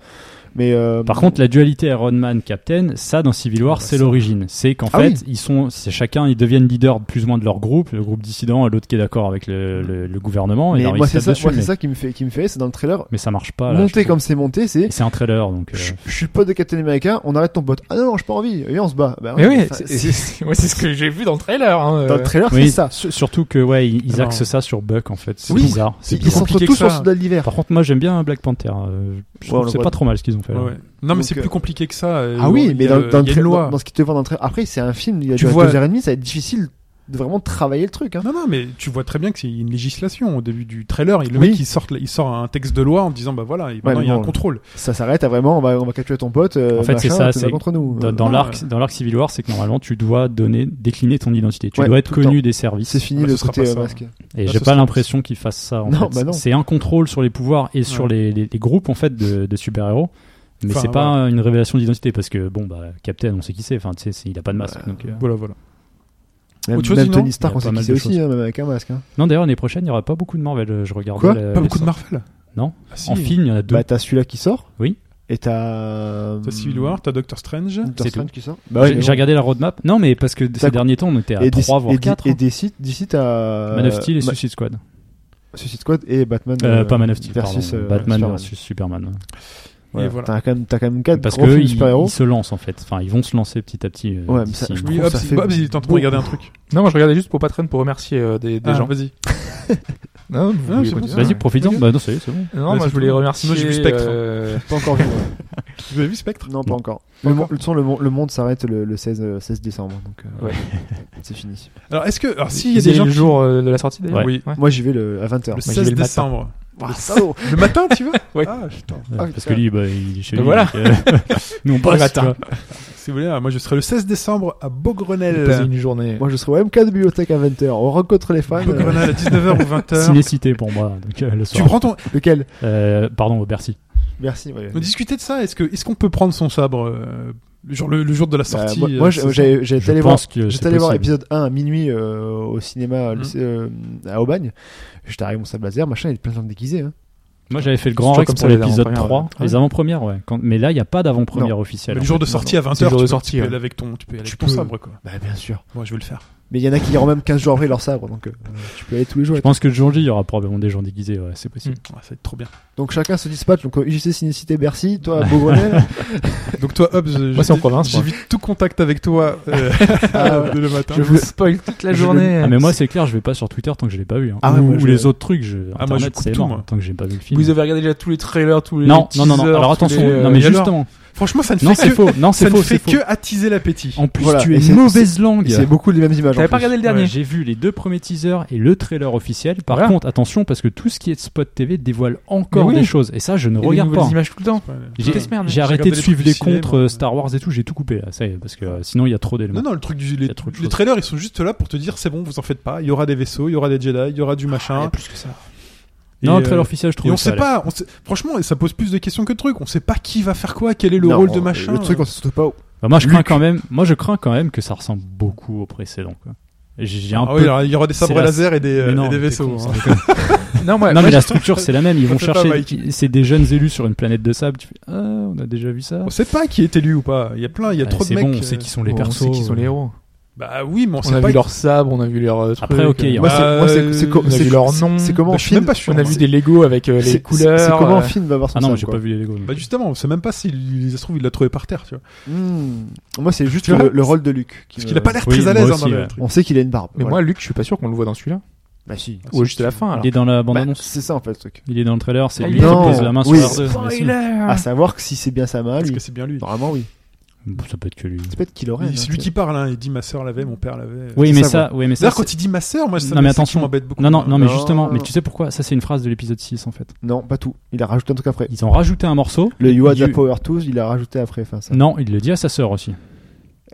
[SPEAKER 2] Mais euh,
[SPEAKER 4] Par contre, la dualité Iron Man Captain, ça dans Civil War,
[SPEAKER 2] Ah bah
[SPEAKER 4] c'est
[SPEAKER 2] ça.
[SPEAKER 4] l'origine. C'est qu'en
[SPEAKER 2] Ah
[SPEAKER 4] fait,
[SPEAKER 2] oui.
[SPEAKER 4] ils sont, c'est chacun, ils deviennent leaders plus ou moins de leur groupe, le groupe dissident, l'autre qui est d'accord avec le, le- le gouvernement. et
[SPEAKER 2] mais
[SPEAKER 4] alors,
[SPEAKER 2] moi,
[SPEAKER 4] ils se
[SPEAKER 2] c'est
[SPEAKER 4] tapent
[SPEAKER 2] ça,
[SPEAKER 4] dessus,
[SPEAKER 2] moi, c'est
[SPEAKER 4] mais,
[SPEAKER 2] ça qui me fait, qui me fait, c'est dans le trailer.
[SPEAKER 4] mais ça marche pas. là, je
[SPEAKER 2] Monté
[SPEAKER 4] trouve.
[SPEAKER 2] comme Ah, c'est monté, c'est
[SPEAKER 4] Et C'est un trailer, donc.
[SPEAKER 2] (laughs)
[SPEAKER 4] euh,
[SPEAKER 2] je, je suis pote de Captain America, on arrête ton pote. Ah non, non, j'ai pas envie, et on se bat. Bah
[SPEAKER 3] mais
[SPEAKER 2] ouais,
[SPEAKER 3] oui
[SPEAKER 2] enfin,
[SPEAKER 3] c'est-
[SPEAKER 2] c'est-
[SPEAKER 3] c'est- moi, c'est ce que j'ai vu dans le trailer hein,
[SPEAKER 2] Dans
[SPEAKER 3] euh.
[SPEAKER 2] le trailer,
[SPEAKER 4] oui,
[SPEAKER 2] c'est ça.
[SPEAKER 4] su- Surtout que ouais, ils, ils
[SPEAKER 1] Alors-
[SPEAKER 4] axent ça sur Buck en fait. C'est
[SPEAKER 2] Oui,
[SPEAKER 4] bizarre. C'est
[SPEAKER 2] Ils ils
[SPEAKER 4] bizarre.
[SPEAKER 2] sont
[SPEAKER 1] compliqué
[SPEAKER 2] tous
[SPEAKER 1] que
[SPEAKER 2] sur
[SPEAKER 1] ça.
[SPEAKER 2] Soudain de l'hiver.
[SPEAKER 4] Par contre, moi j'aime bien Black Panther. euh, je
[SPEAKER 2] Ouais,
[SPEAKER 4] trouve
[SPEAKER 2] on
[SPEAKER 4] que
[SPEAKER 2] le
[SPEAKER 4] c'est
[SPEAKER 2] voit.
[SPEAKER 4] pas trop mal ce qu'ils ont fait. là.
[SPEAKER 1] Ouais, ouais. Non, mais c'est
[SPEAKER 2] Donc,
[SPEAKER 1] plus
[SPEAKER 2] euh,
[SPEAKER 1] compliqué que ça. euh,
[SPEAKER 2] Ah oui,
[SPEAKER 1] il y
[SPEAKER 2] mais
[SPEAKER 1] a-
[SPEAKER 2] dans, dans,
[SPEAKER 1] il
[SPEAKER 2] le
[SPEAKER 1] y a une
[SPEAKER 2] trailer-
[SPEAKER 1] loi.
[SPEAKER 2] dans- dans ce qui te voit dans le trailer. Après, c'est un film, il y a
[SPEAKER 1] Tu
[SPEAKER 2] deux
[SPEAKER 1] vois-
[SPEAKER 2] heures et demie, ça va être difficile de vraiment travailler le truc. Hein.
[SPEAKER 1] Non, non, mais tu vois très bien que c'est une législation au début du trailer. Et le
[SPEAKER 2] Oui.
[SPEAKER 1] mec, il sort, il sort un texte de loi en disant, bah voilà, et maintenant
[SPEAKER 2] mais
[SPEAKER 1] il y a un
[SPEAKER 2] bon,
[SPEAKER 1] contrôle.
[SPEAKER 2] Ça s'arrête à vraiment, on va, on va capturer ton pote. euh,
[SPEAKER 4] En fait, c'est
[SPEAKER 2] machin,
[SPEAKER 4] ça,
[SPEAKER 2] tu
[SPEAKER 4] c'est-
[SPEAKER 2] vas contre nous.
[SPEAKER 4] Dans,
[SPEAKER 2] Euh,
[SPEAKER 4] dans
[SPEAKER 1] Non,
[SPEAKER 4] l'arc, dans l'arc Civil War, c'est que normalement tu dois donner, décliner ton identité. Tu
[SPEAKER 2] Ouais,
[SPEAKER 4] dois être
[SPEAKER 2] tout le
[SPEAKER 4] connu des services.
[SPEAKER 2] C'est fini
[SPEAKER 1] Ah bah,
[SPEAKER 2] le
[SPEAKER 1] ce sera
[SPEAKER 2] côté
[SPEAKER 1] pas
[SPEAKER 2] euh,
[SPEAKER 1] ça.
[SPEAKER 2] masqué.
[SPEAKER 4] Et
[SPEAKER 1] Là,
[SPEAKER 4] j'ai
[SPEAKER 1] ce
[SPEAKER 4] pas
[SPEAKER 1] sera-
[SPEAKER 4] l'impression qu'ils fassent ça. En
[SPEAKER 2] Non,
[SPEAKER 4] fait.
[SPEAKER 2] bah non.
[SPEAKER 4] C'est un contrôle sur les pouvoirs et sur
[SPEAKER 1] Ouais.
[SPEAKER 4] les, les- les groupes en fait de, de super-héros. Mais
[SPEAKER 1] Enfin,
[SPEAKER 4] c'est pas une révélation d'identité parce que bon bah Captain on sait qui c'est enfin tu sais c'est- il a pas de masque donc euh.
[SPEAKER 1] Voilà, voilà.
[SPEAKER 2] Même,
[SPEAKER 1] Autre chose,
[SPEAKER 2] même
[SPEAKER 1] sinon
[SPEAKER 2] Tony Stark,
[SPEAKER 4] Il y a
[SPEAKER 2] on
[SPEAKER 4] pas
[SPEAKER 2] sait
[SPEAKER 4] mal
[SPEAKER 2] qui c'est
[SPEAKER 4] de
[SPEAKER 2] aussi, hein, même avec un masque. Hein.
[SPEAKER 4] non d'ailleurs l'année prochaine il y aura pas beaucoup de Marvel euh, je regarde
[SPEAKER 2] Quoi
[SPEAKER 1] Pas beaucoup de Marvel.
[SPEAKER 4] Non.
[SPEAKER 1] Ah, si.
[SPEAKER 4] en film il y en a deux
[SPEAKER 2] Bah, t'as celui-là qui sort.
[SPEAKER 4] Oui.
[SPEAKER 2] Et t'as.
[SPEAKER 1] T'as Civil War, t'as Doctor Strange.
[SPEAKER 2] Doctor
[SPEAKER 4] C'est
[SPEAKER 2] Strange qui sort.
[SPEAKER 4] J'ai- j'ai regardé la roadmap non mais parce que ces
[SPEAKER 2] T'as-
[SPEAKER 4] derniers temps on était à
[SPEAKER 2] Et
[SPEAKER 4] 3
[SPEAKER 2] DC-
[SPEAKER 4] voire
[SPEAKER 2] et
[SPEAKER 4] 4
[SPEAKER 2] D- Et d'ici, d'ici t'as.
[SPEAKER 4] Man of Steel et
[SPEAKER 2] Ma-
[SPEAKER 4] Suicide Squad
[SPEAKER 2] Suicide Squad et Batman.
[SPEAKER 4] Euh,
[SPEAKER 2] euh,
[SPEAKER 4] pas Man of Steel
[SPEAKER 2] Versus
[SPEAKER 4] pardon.
[SPEAKER 2] euh,
[SPEAKER 4] Batman
[SPEAKER 2] Superman.
[SPEAKER 4] versus Superman ouais.
[SPEAKER 1] Et
[SPEAKER 2] Voilà.
[SPEAKER 1] voilà.
[SPEAKER 2] T'as quand même, t'as quand même 4
[SPEAKER 4] parce
[SPEAKER 2] gros
[SPEAKER 4] que
[SPEAKER 2] films de
[SPEAKER 4] ils,
[SPEAKER 2] super-héros.
[SPEAKER 4] ils se lancent en fait enfin ils vont se lancer petit à petit euh,
[SPEAKER 2] Ouais, mais
[SPEAKER 4] d'ici.
[SPEAKER 2] ça, je
[SPEAKER 1] Oui,
[SPEAKER 2] trouve
[SPEAKER 1] Hobbs,
[SPEAKER 2] ça fait
[SPEAKER 1] Hobbs, il est en train de
[SPEAKER 2] beaucoup.
[SPEAKER 1] regarder un truc.
[SPEAKER 3] non moi je regardais juste pour Patreon pour remercier euh, des, des
[SPEAKER 1] Ah,
[SPEAKER 3] gens
[SPEAKER 1] vas-y. Non,
[SPEAKER 3] non, vous voulez
[SPEAKER 1] c'est bon,
[SPEAKER 3] continuer
[SPEAKER 1] ça.
[SPEAKER 4] vas-y
[SPEAKER 1] Ouais.
[SPEAKER 4] profite-en
[SPEAKER 1] Ok.
[SPEAKER 4] bah non ça y est c'est bon
[SPEAKER 3] non
[SPEAKER 1] Ouais,
[SPEAKER 3] moi
[SPEAKER 1] c'est
[SPEAKER 3] je voulais
[SPEAKER 1] tout.
[SPEAKER 3] remercier
[SPEAKER 1] Moi, j'ai vu Spectre.
[SPEAKER 3] euh,
[SPEAKER 2] Pas encore vu. ouais.
[SPEAKER 1] Vous avez vu Spectre
[SPEAKER 2] Non, pas
[SPEAKER 4] Non.
[SPEAKER 2] encore. Le, mo- le, son, le, mon- le monde s'arrête le, le 16, euh, 16 décembre. Donc, euh,
[SPEAKER 3] Ouais.
[SPEAKER 2] c'est fini.
[SPEAKER 1] Alors, est-ce que. Alors, s'il y a
[SPEAKER 3] il
[SPEAKER 1] des gens.
[SPEAKER 3] le
[SPEAKER 1] qui-
[SPEAKER 3] jour euh, de la sortie d'ailleurs
[SPEAKER 1] Ouais. Oui.
[SPEAKER 2] Moi, j'y vais le, à 20h.
[SPEAKER 1] Le
[SPEAKER 3] j'y vais
[SPEAKER 1] 16
[SPEAKER 3] le matin.
[SPEAKER 1] décembre.
[SPEAKER 2] Ah, salaud
[SPEAKER 1] Le matin, tu veux
[SPEAKER 3] Ouais.
[SPEAKER 1] Ah, putain.
[SPEAKER 4] Ouais,
[SPEAKER 2] Ah,
[SPEAKER 4] parce
[SPEAKER 2] putain.
[SPEAKER 4] que lui, bah, il est chez
[SPEAKER 3] Ben
[SPEAKER 4] lui.
[SPEAKER 3] voilà.
[SPEAKER 4] donc, euh, nous, on
[SPEAKER 3] Bon
[SPEAKER 4] (laughs) passe.
[SPEAKER 3] matin.
[SPEAKER 4] tu vois.
[SPEAKER 1] Si vous voulez, moi je serai le 16 décembre à
[SPEAKER 3] Passer
[SPEAKER 1] Beaugrenelle.
[SPEAKER 3] une journée
[SPEAKER 2] Moi, je serai au MK de Bibliothèque à 20h. On rencontre les fans. euh,
[SPEAKER 1] Beaugrenelle à 19h
[SPEAKER 3] (laughs)
[SPEAKER 1] ou 20h.
[SPEAKER 4] Cinécité pour moi, donc, euh, le
[SPEAKER 1] Tu
[SPEAKER 4] soir.
[SPEAKER 1] prends ton.
[SPEAKER 2] lequel
[SPEAKER 4] Euh, pardon, au Bercy.
[SPEAKER 2] Merci. ouais.
[SPEAKER 1] On discutait de ça. Est-ce que est-ce qu'on peut prendre son sabre euh, le jour le, le jour de la
[SPEAKER 2] Bah,
[SPEAKER 1] sortie
[SPEAKER 2] moi,
[SPEAKER 1] euh,
[SPEAKER 2] moi,
[SPEAKER 1] c'est
[SPEAKER 2] j'ai-
[SPEAKER 1] ça
[SPEAKER 2] j'ai j'ai été
[SPEAKER 4] Je
[SPEAKER 2] allé voir.
[SPEAKER 4] pense que
[SPEAKER 2] J'étais
[SPEAKER 4] c'est
[SPEAKER 2] allé voir
[SPEAKER 4] possible.
[SPEAKER 2] épisode 1 à minuit euh, au cinéma
[SPEAKER 1] Mm.
[SPEAKER 2] euh, à Aubagne. J'étais arrivé mon sable laser, machin, il y avait plein de gens déguisés. hein.
[SPEAKER 4] Moi, j'avais fait le
[SPEAKER 3] Je
[SPEAKER 4] grand
[SPEAKER 3] crois
[SPEAKER 4] Rex
[SPEAKER 3] comme
[SPEAKER 4] pour
[SPEAKER 3] ça, les
[SPEAKER 4] l'épisode
[SPEAKER 3] avant-premières,
[SPEAKER 4] 3.
[SPEAKER 3] ouais.
[SPEAKER 4] Les avant-premières, ouais. Quand- Mais là, il n'y a pas d'avant-première
[SPEAKER 1] Mais
[SPEAKER 4] officielle. hein.
[SPEAKER 1] le
[SPEAKER 4] en
[SPEAKER 1] jour
[SPEAKER 4] fait.
[SPEAKER 1] de sortie à 20h,
[SPEAKER 3] jour
[SPEAKER 1] tu,
[SPEAKER 3] de
[SPEAKER 1] peux-
[SPEAKER 3] sortie,
[SPEAKER 1] tu peux
[SPEAKER 3] ouais.
[SPEAKER 1] aller avec ton, tu peux aller avec
[SPEAKER 2] Tu
[SPEAKER 1] ton
[SPEAKER 2] peux.
[SPEAKER 1] sabre quoi.
[SPEAKER 2] Bah, bien sûr.
[SPEAKER 1] Moi je vais le faire.
[SPEAKER 2] Mais il y en a qui iront même 15 jours après leur sabre, donc euh, tu peux y aller tous les jours.
[SPEAKER 4] Je pense que le jour J, il y aura probablement des gens déguisés, ouais, c'est possible.
[SPEAKER 1] Ah, ça va être trop bien.
[SPEAKER 2] Donc chacun se dispatche. Donc euh, UGC Cinécité Bercy, toi à Beaugrenelle. euh,
[SPEAKER 1] Donc toi Hobbs, euh,
[SPEAKER 3] Moi, c'est en
[SPEAKER 1] j'évite-
[SPEAKER 3] province, moi.
[SPEAKER 1] J'évite tout contact avec toi euh,
[SPEAKER 2] Ah, ouais.
[SPEAKER 1] de le matin.
[SPEAKER 2] Je vous-
[SPEAKER 3] spoil toute la
[SPEAKER 2] Je-
[SPEAKER 3] journée
[SPEAKER 4] Ah, mais moi, c'est clair, je vais pas sur Twitter tant que je l'ai pas vu. hein.
[SPEAKER 2] Ah ouais,
[SPEAKER 4] ou
[SPEAKER 2] moi,
[SPEAKER 4] ou
[SPEAKER 2] je-
[SPEAKER 4] les autres trucs, je...
[SPEAKER 1] Ah, moi, je
[SPEAKER 4] Internet,
[SPEAKER 1] coupe
[SPEAKER 4] c'est
[SPEAKER 1] tout,
[SPEAKER 4] mort.
[SPEAKER 1] moi.
[SPEAKER 4] Tant que j'ai pas vu le film.
[SPEAKER 3] vous avez regardé déjà tous les trailers tous les
[SPEAKER 4] Non, non,
[SPEAKER 3] teasers,
[SPEAKER 4] non, non. Alors
[SPEAKER 3] tous les,
[SPEAKER 4] attention.
[SPEAKER 3] euh,
[SPEAKER 4] Non, mais
[SPEAKER 1] et alors
[SPEAKER 4] justement.
[SPEAKER 1] Franchement, ça ne
[SPEAKER 4] Non,
[SPEAKER 1] fait
[SPEAKER 4] c'est
[SPEAKER 1] que
[SPEAKER 4] faux. Non,
[SPEAKER 1] ça
[SPEAKER 4] c'est
[SPEAKER 1] ne
[SPEAKER 4] faux.
[SPEAKER 1] fait
[SPEAKER 4] C'est faux.
[SPEAKER 1] que attiser l'appétit.
[SPEAKER 4] En plus,
[SPEAKER 2] Voilà,
[SPEAKER 4] tu
[SPEAKER 2] et
[SPEAKER 4] es
[SPEAKER 2] c'est-
[SPEAKER 4] mauvaise langue.
[SPEAKER 2] C'est beaucoup les mêmes images.
[SPEAKER 3] T'avais
[SPEAKER 2] en
[SPEAKER 3] pas
[SPEAKER 2] plus.
[SPEAKER 3] regardé le
[SPEAKER 4] Ouais,
[SPEAKER 3] dernier
[SPEAKER 4] J'ai vu les deux premiers teasers et le trailer officiel. Par
[SPEAKER 3] Voilà.
[SPEAKER 4] contre, attention parce que tout ce qui est de Spot TV dévoile encore
[SPEAKER 3] Mais oui.
[SPEAKER 4] des choses et ça, je
[SPEAKER 3] Il y
[SPEAKER 4] ne
[SPEAKER 3] a des
[SPEAKER 4] regarde
[SPEAKER 3] nouvelles
[SPEAKER 4] pas.
[SPEAKER 3] images tout le temps.
[SPEAKER 4] J'ai
[SPEAKER 3] Qu'est-ce que merde
[SPEAKER 4] j'ai
[SPEAKER 1] J'ai
[SPEAKER 4] arrêté
[SPEAKER 1] regardé
[SPEAKER 4] de
[SPEAKER 1] les
[SPEAKER 4] suivre
[SPEAKER 1] trucs
[SPEAKER 4] les
[SPEAKER 1] du cinéma,
[SPEAKER 4] contres
[SPEAKER 1] ouais.
[SPEAKER 4] euh, Star Wars et tout, j'ai tout coupé là, ça y est, parce que euh, sinon il y a trop d'éléments.
[SPEAKER 1] Non, non, le truc du les,
[SPEAKER 4] y a trop de
[SPEAKER 1] les
[SPEAKER 4] choses.
[SPEAKER 1] trailers, ils sont juste là pour te dire c'est bon, vous en faites pas. Il y aura des vaisseaux, il y aura des Jedi, il y aura du
[SPEAKER 3] Ah, il y
[SPEAKER 1] machin.
[SPEAKER 3] a plus que ça.
[SPEAKER 1] Et,
[SPEAKER 4] Non,
[SPEAKER 1] euh,
[SPEAKER 4] le trailer officiel, je trouve.
[SPEAKER 1] Et on sait pas, on sait- franchement, et ça pose plus de questions que de trucs. On sait pas qui va faire quoi, quel est le
[SPEAKER 2] Non,
[SPEAKER 1] rôle de machin. euh
[SPEAKER 2] Le truc, on sait surtout pas où.
[SPEAKER 4] Enfin, moi, je crains quand même, moi, je crains quand même que ça ressemble beaucoup au précédent. quoi. J'ai un
[SPEAKER 1] Ah
[SPEAKER 4] peu.
[SPEAKER 1] oui, alors, il y aura des sabres
[SPEAKER 4] c'est la-
[SPEAKER 1] laser et des, euh,
[SPEAKER 4] Mais non,
[SPEAKER 1] et des
[SPEAKER 4] t'es
[SPEAKER 1] vaisseaux.
[SPEAKER 4] con,
[SPEAKER 1] hein.
[SPEAKER 4] ça déconne.
[SPEAKER 3] Non, moi, moi,
[SPEAKER 4] non,
[SPEAKER 1] (laughs)
[SPEAKER 4] mais la structure, c'est la même. Ils vont
[SPEAKER 1] fais pas,
[SPEAKER 4] chercher.
[SPEAKER 1] Mike.
[SPEAKER 4] C'est des jeunes élus sur une planète de sable. Tu fais, ah, on a déjà vu ça.
[SPEAKER 1] On sait pas qui est élu ou pas. Il y a plein, il y a
[SPEAKER 4] Ah,
[SPEAKER 1] trop de
[SPEAKER 4] c'est
[SPEAKER 1] mecs.
[SPEAKER 4] bon, on
[SPEAKER 1] euh,
[SPEAKER 4] sait qui sont les
[SPEAKER 3] on
[SPEAKER 4] persos. euh.
[SPEAKER 3] sait qui sont les héros.
[SPEAKER 1] Bah oui, mais on,
[SPEAKER 3] On
[SPEAKER 1] sait
[SPEAKER 3] a
[SPEAKER 1] pas.
[SPEAKER 3] vu leur sabre, on a vu leur truc.
[SPEAKER 4] Après, ok, il y
[SPEAKER 2] Moi,
[SPEAKER 1] Bah,
[SPEAKER 2] c'est- moi, c'est-
[SPEAKER 1] euh,
[SPEAKER 2] c'est co-
[SPEAKER 3] on a
[SPEAKER 2] c'est-
[SPEAKER 3] vu leur
[SPEAKER 2] c'est-
[SPEAKER 3] nom.
[SPEAKER 2] C'est comment
[SPEAKER 1] Bah,
[SPEAKER 2] un
[SPEAKER 1] je suis même
[SPEAKER 2] film
[SPEAKER 1] pas sûr.
[SPEAKER 3] On a
[SPEAKER 1] moi.
[SPEAKER 3] vu des Lego avec euh,
[SPEAKER 2] c'est-
[SPEAKER 3] les
[SPEAKER 2] c'est-
[SPEAKER 3] couleurs.
[SPEAKER 2] C'est comment
[SPEAKER 3] euh,
[SPEAKER 2] un film va voir son
[SPEAKER 4] Ah non, mais
[SPEAKER 2] sable,
[SPEAKER 4] j'ai
[SPEAKER 2] quoi.
[SPEAKER 4] pas vu les Lego. mais-
[SPEAKER 1] Bah justement, on sait même pas s'il ça se trouve il l'a trouvé par terre, tu vois.
[SPEAKER 2] Hmm. Moi, c'est juste
[SPEAKER 1] Tu vois
[SPEAKER 2] le, le rôle de Luc. qui
[SPEAKER 1] Parce
[SPEAKER 2] me-
[SPEAKER 1] qu'il a pas l'air
[SPEAKER 4] Oui,
[SPEAKER 1] très à
[SPEAKER 4] moi
[SPEAKER 1] l'aise hein,
[SPEAKER 4] aussi,
[SPEAKER 1] dans le
[SPEAKER 4] ouais.
[SPEAKER 1] truc.
[SPEAKER 2] On sait qu'il a une barbe.
[SPEAKER 3] Mais
[SPEAKER 2] voilà.
[SPEAKER 3] moi, Luc, je suis pas sûr qu'on le voit dans celui-là.
[SPEAKER 2] bah si.
[SPEAKER 3] Ou juste à la fin. alors.
[SPEAKER 4] Il est dans la
[SPEAKER 2] Bah,
[SPEAKER 4] bande-annonce.
[SPEAKER 2] c'est ça en fait le truc.
[SPEAKER 4] Il est dans le trailer. C'est
[SPEAKER 3] Ah,
[SPEAKER 4] lui
[SPEAKER 3] il
[SPEAKER 4] qui
[SPEAKER 3] est-
[SPEAKER 4] pose la main
[SPEAKER 2] Oui. Oh,
[SPEAKER 4] sur Arthur, bien sûr.
[SPEAKER 2] À savoir Ah. que si c'est bien ça mal,
[SPEAKER 1] Parce que c'est bien lui.
[SPEAKER 2] normalement oui.
[SPEAKER 4] Ça peut être que lui.
[SPEAKER 2] C'est peut-être qu'il aurait.
[SPEAKER 1] Il- c'est lui qui parle, hein. il dit ma soeur l'avait, mon père l'avait.
[SPEAKER 4] Oui,
[SPEAKER 2] C'est
[SPEAKER 4] mais
[SPEAKER 2] ça,
[SPEAKER 4] ça, oui, mais ça.
[SPEAKER 1] D'ailleurs, quand il dit ma soeur, moi, ça
[SPEAKER 4] Non,
[SPEAKER 1] c'est
[SPEAKER 4] mais
[SPEAKER 1] ça qui
[SPEAKER 4] attention.
[SPEAKER 1] m'embête beaucoup.
[SPEAKER 4] Non, non, non, mais
[SPEAKER 2] Non.
[SPEAKER 4] justement, mais tu sais pourquoi Ça, c'est une phrase de l'épisode 6, en fait.
[SPEAKER 2] Non, pas tout. Il a rajouté un truc après.
[SPEAKER 4] Ils ont rajouté un morceau.
[SPEAKER 2] Le You Had
[SPEAKER 4] You-
[SPEAKER 2] the Power Tools, il a rajouté après. Enfin, ça.
[SPEAKER 4] Non, il le dit à sa sœur aussi.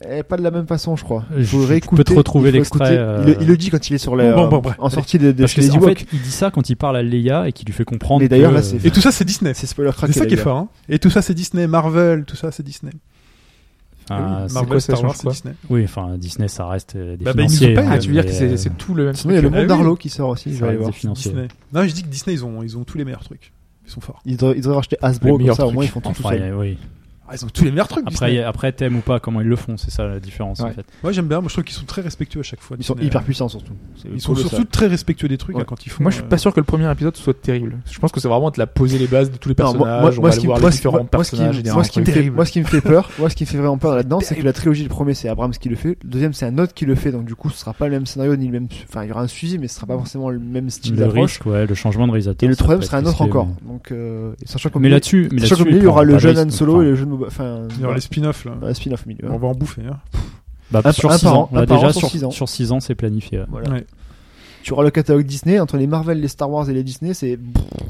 [SPEAKER 2] Eh, pas de la même façon, je crois.
[SPEAKER 4] Je-
[SPEAKER 2] Il faut
[SPEAKER 4] je
[SPEAKER 2] réécouter,
[SPEAKER 4] peux te retrouver
[SPEAKER 2] il faut
[SPEAKER 4] l'extrait,
[SPEAKER 2] écouter.
[SPEAKER 4] euh,
[SPEAKER 2] Il, le- il le dit quand il est sur la.
[SPEAKER 1] Bon, bon, bref.
[SPEAKER 2] En sortie de, de
[SPEAKER 4] Parce
[SPEAKER 2] chez
[SPEAKER 4] que,
[SPEAKER 2] les
[SPEAKER 4] en
[SPEAKER 2] Ewoks.
[SPEAKER 4] fait, il dit ça quand il parle à Leia et qu'il lui fait comprendre.
[SPEAKER 2] Mais d'ailleurs,
[SPEAKER 4] que-
[SPEAKER 2] là, c'est-
[SPEAKER 1] Et tout ça, c'est Disney.
[SPEAKER 2] C'est spoiler crack.
[SPEAKER 1] C'est ça qui est fort. hein. Et tout ça, c'est Disney, Marvel, tout ça, c'est Disney.
[SPEAKER 4] Enfin, c'est-
[SPEAKER 1] Marvel,
[SPEAKER 3] quoi, ça
[SPEAKER 1] Star Wars,
[SPEAKER 3] change
[SPEAKER 1] c'est
[SPEAKER 3] quoi
[SPEAKER 1] Disney.
[SPEAKER 4] Ah, Oui, enfin, Disney, ça reste euh, des
[SPEAKER 1] Bah, bah, ils nous
[SPEAKER 4] financiers.
[SPEAKER 1] payent.
[SPEAKER 3] Ah, tu veux
[SPEAKER 4] mais,
[SPEAKER 3] dire que c'est
[SPEAKER 4] euh,
[SPEAKER 3] c'est tout le même
[SPEAKER 2] Sinon, il y a le
[SPEAKER 1] Ah oui.
[SPEAKER 2] monde d'Arlo qui sort aussi. Je
[SPEAKER 4] ça
[SPEAKER 2] vais aller
[SPEAKER 4] reste des
[SPEAKER 2] voir.
[SPEAKER 4] financiers.
[SPEAKER 1] Disney. Non, je dis que Disney, ils ont, ils ont tous les meilleurs trucs. Ils sont forts.
[SPEAKER 2] Ils devraient, ils devraient racheter
[SPEAKER 3] Le
[SPEAKER 2] Hasbro, comme
[SPEAKER 3] meilleur
[SPEAKER 2] ça au moins ils
[SPEAKER 3] truc.
[SPEAKER 2] font tout, tout
[SPEAKER 4] Enfin,
[SPEAKER 2] seul.
[SPEAKER 4] euh, oui.
[SPEAKER 1] Ah, ils ont tous les meilleurs trucs.
[SPEAKER 4] Après,
[SPEAKER 1] Disney.
[SPEAKER 4] y a- après, t'aimes ou pas comment ils le font, c'est ça la différence en
[SPEAKER 3] Ouais.
[SPEAKER 4] fait.
[SPEAKER 1] Moi, j'aime bien. Moi, je trouve qu'ils sont très respectueux à chaque fois.
[SPEAKER 2] Ils sont
[SPEAKER 1] Disney.
[SPEAKER 2] hyper puissants surtout. C'est
[SPEAKER 1] Ils sont
[SPEAKER 2] colossal.
[SPEAKER 1] surtout très respectueux des trucs
[SPEAKER 2] Ouais.
[SPEAKER 1] hein, quand ils font.
[SPEAKER 3] Moi, je suis
[SPEAKER 1] euh,
[SPEAKER 3] pas sûr que le premier épisode soit terrible. Je pense que c'est vraiment de la poser les bases de tous les
[SPEAKER 2] Non,
[SPEAKER 3] personnages.
[SPEAKER 2] moi- moi-
[SPEAKER 3] on
[SPEAKER 2] moi,
[SPEAKER 3] va
[SPEAKER 2] ce qui-
[SPEAKER 3] aller voir
[SPEAKER 2] moi,
[SPEAKER 3] les
[SPEAKER 2] ce-
[SPEAKER 3] différents
[SPEAKER 2] moi, ce qui-
[SPEAKER 3] personnages. et des
[SPEAKER 2] moi, ce qui me
[SPEAKER 3] trucs.
[SPEAKER 2] fait- moi, ce qui me fait peur, moi, ce qui me fait vraiment peur là-dedans, c'est que la trilogie, le premier, c'est Abrams qui le fait, le deuxième, c'est un autre qui le fait, donc du coup, ce sera pas le même scénario ni le même, enfin, il y aura un suivi, mais ce sera pas forcément le même style
[SPEAKER 4] Le
[SPEAKER 2] d'approche.
[SPEAKER 4] risque, ouais, le changement de réalisateur.
[SPEAKER 2] Et le
[SPEAKER 4] ça
[SPEAKER 2] troisième
[SPEAKER 4] peut être
[SPEAKER 2] sera un autre
[SPEAKER 4] risqué,
[SPEAKER 2] encore.
[SPEAKER 4] mais-
[SPEAKER 2] Donc, euh, et sachant qu'au
[SPEAKER 4] Mais
[SPEAKER 2] milieu,
[SPEAKER 4] là-dessus, mais
[SPEAKER 2] sachant qu'au
[SPEAKER 4] là-dessus,
[SPEAKER 2] milieu, il y
[SPEAKER 4] ils
[SPEAKER 2] aura
[SPEAKER 4] prennent
[SPEAKER 2] le
[SPEAKER 4] pas
[SPEAKER 2] jeune
[SPEAKER 4] risque,
[SPEAKER 2] Han Solo
[SPEAKER 4] enfin,
[SPEAKER 2] et le jeune, enfin,
[SPEAKER 1] Il y aura les spin-offs là.
[SPEAKER 2] voilà, un spin-off au milieu.
[SPEAKER 1] On va en bouffer. hein.
[SPEAKER 4] bah,
[SPEAKER 2] un-
[SPEAKER 4] sur
[SPEAKER 2] un
[SPEAKER 4] 6
[SPEAKER 2] par
[SPEAKER 4] ans.
[SPEAKER 2] an,
[SPEAKER 4] Là,
[SPEAKER 2] un par an
[SPEAKER 4] déjà,
[SPEAKER 2] sur six ans.
[SPEAKER 4] sur 6 ans, c'est planifié. ouais.
[SPEAKER 2] Voilà.
[SPEAKER 1] Ouais.
[SPEAKER 2] Tu auras le catalogue Disney entre les Marvel, les Star Wars et les Disney, c'est.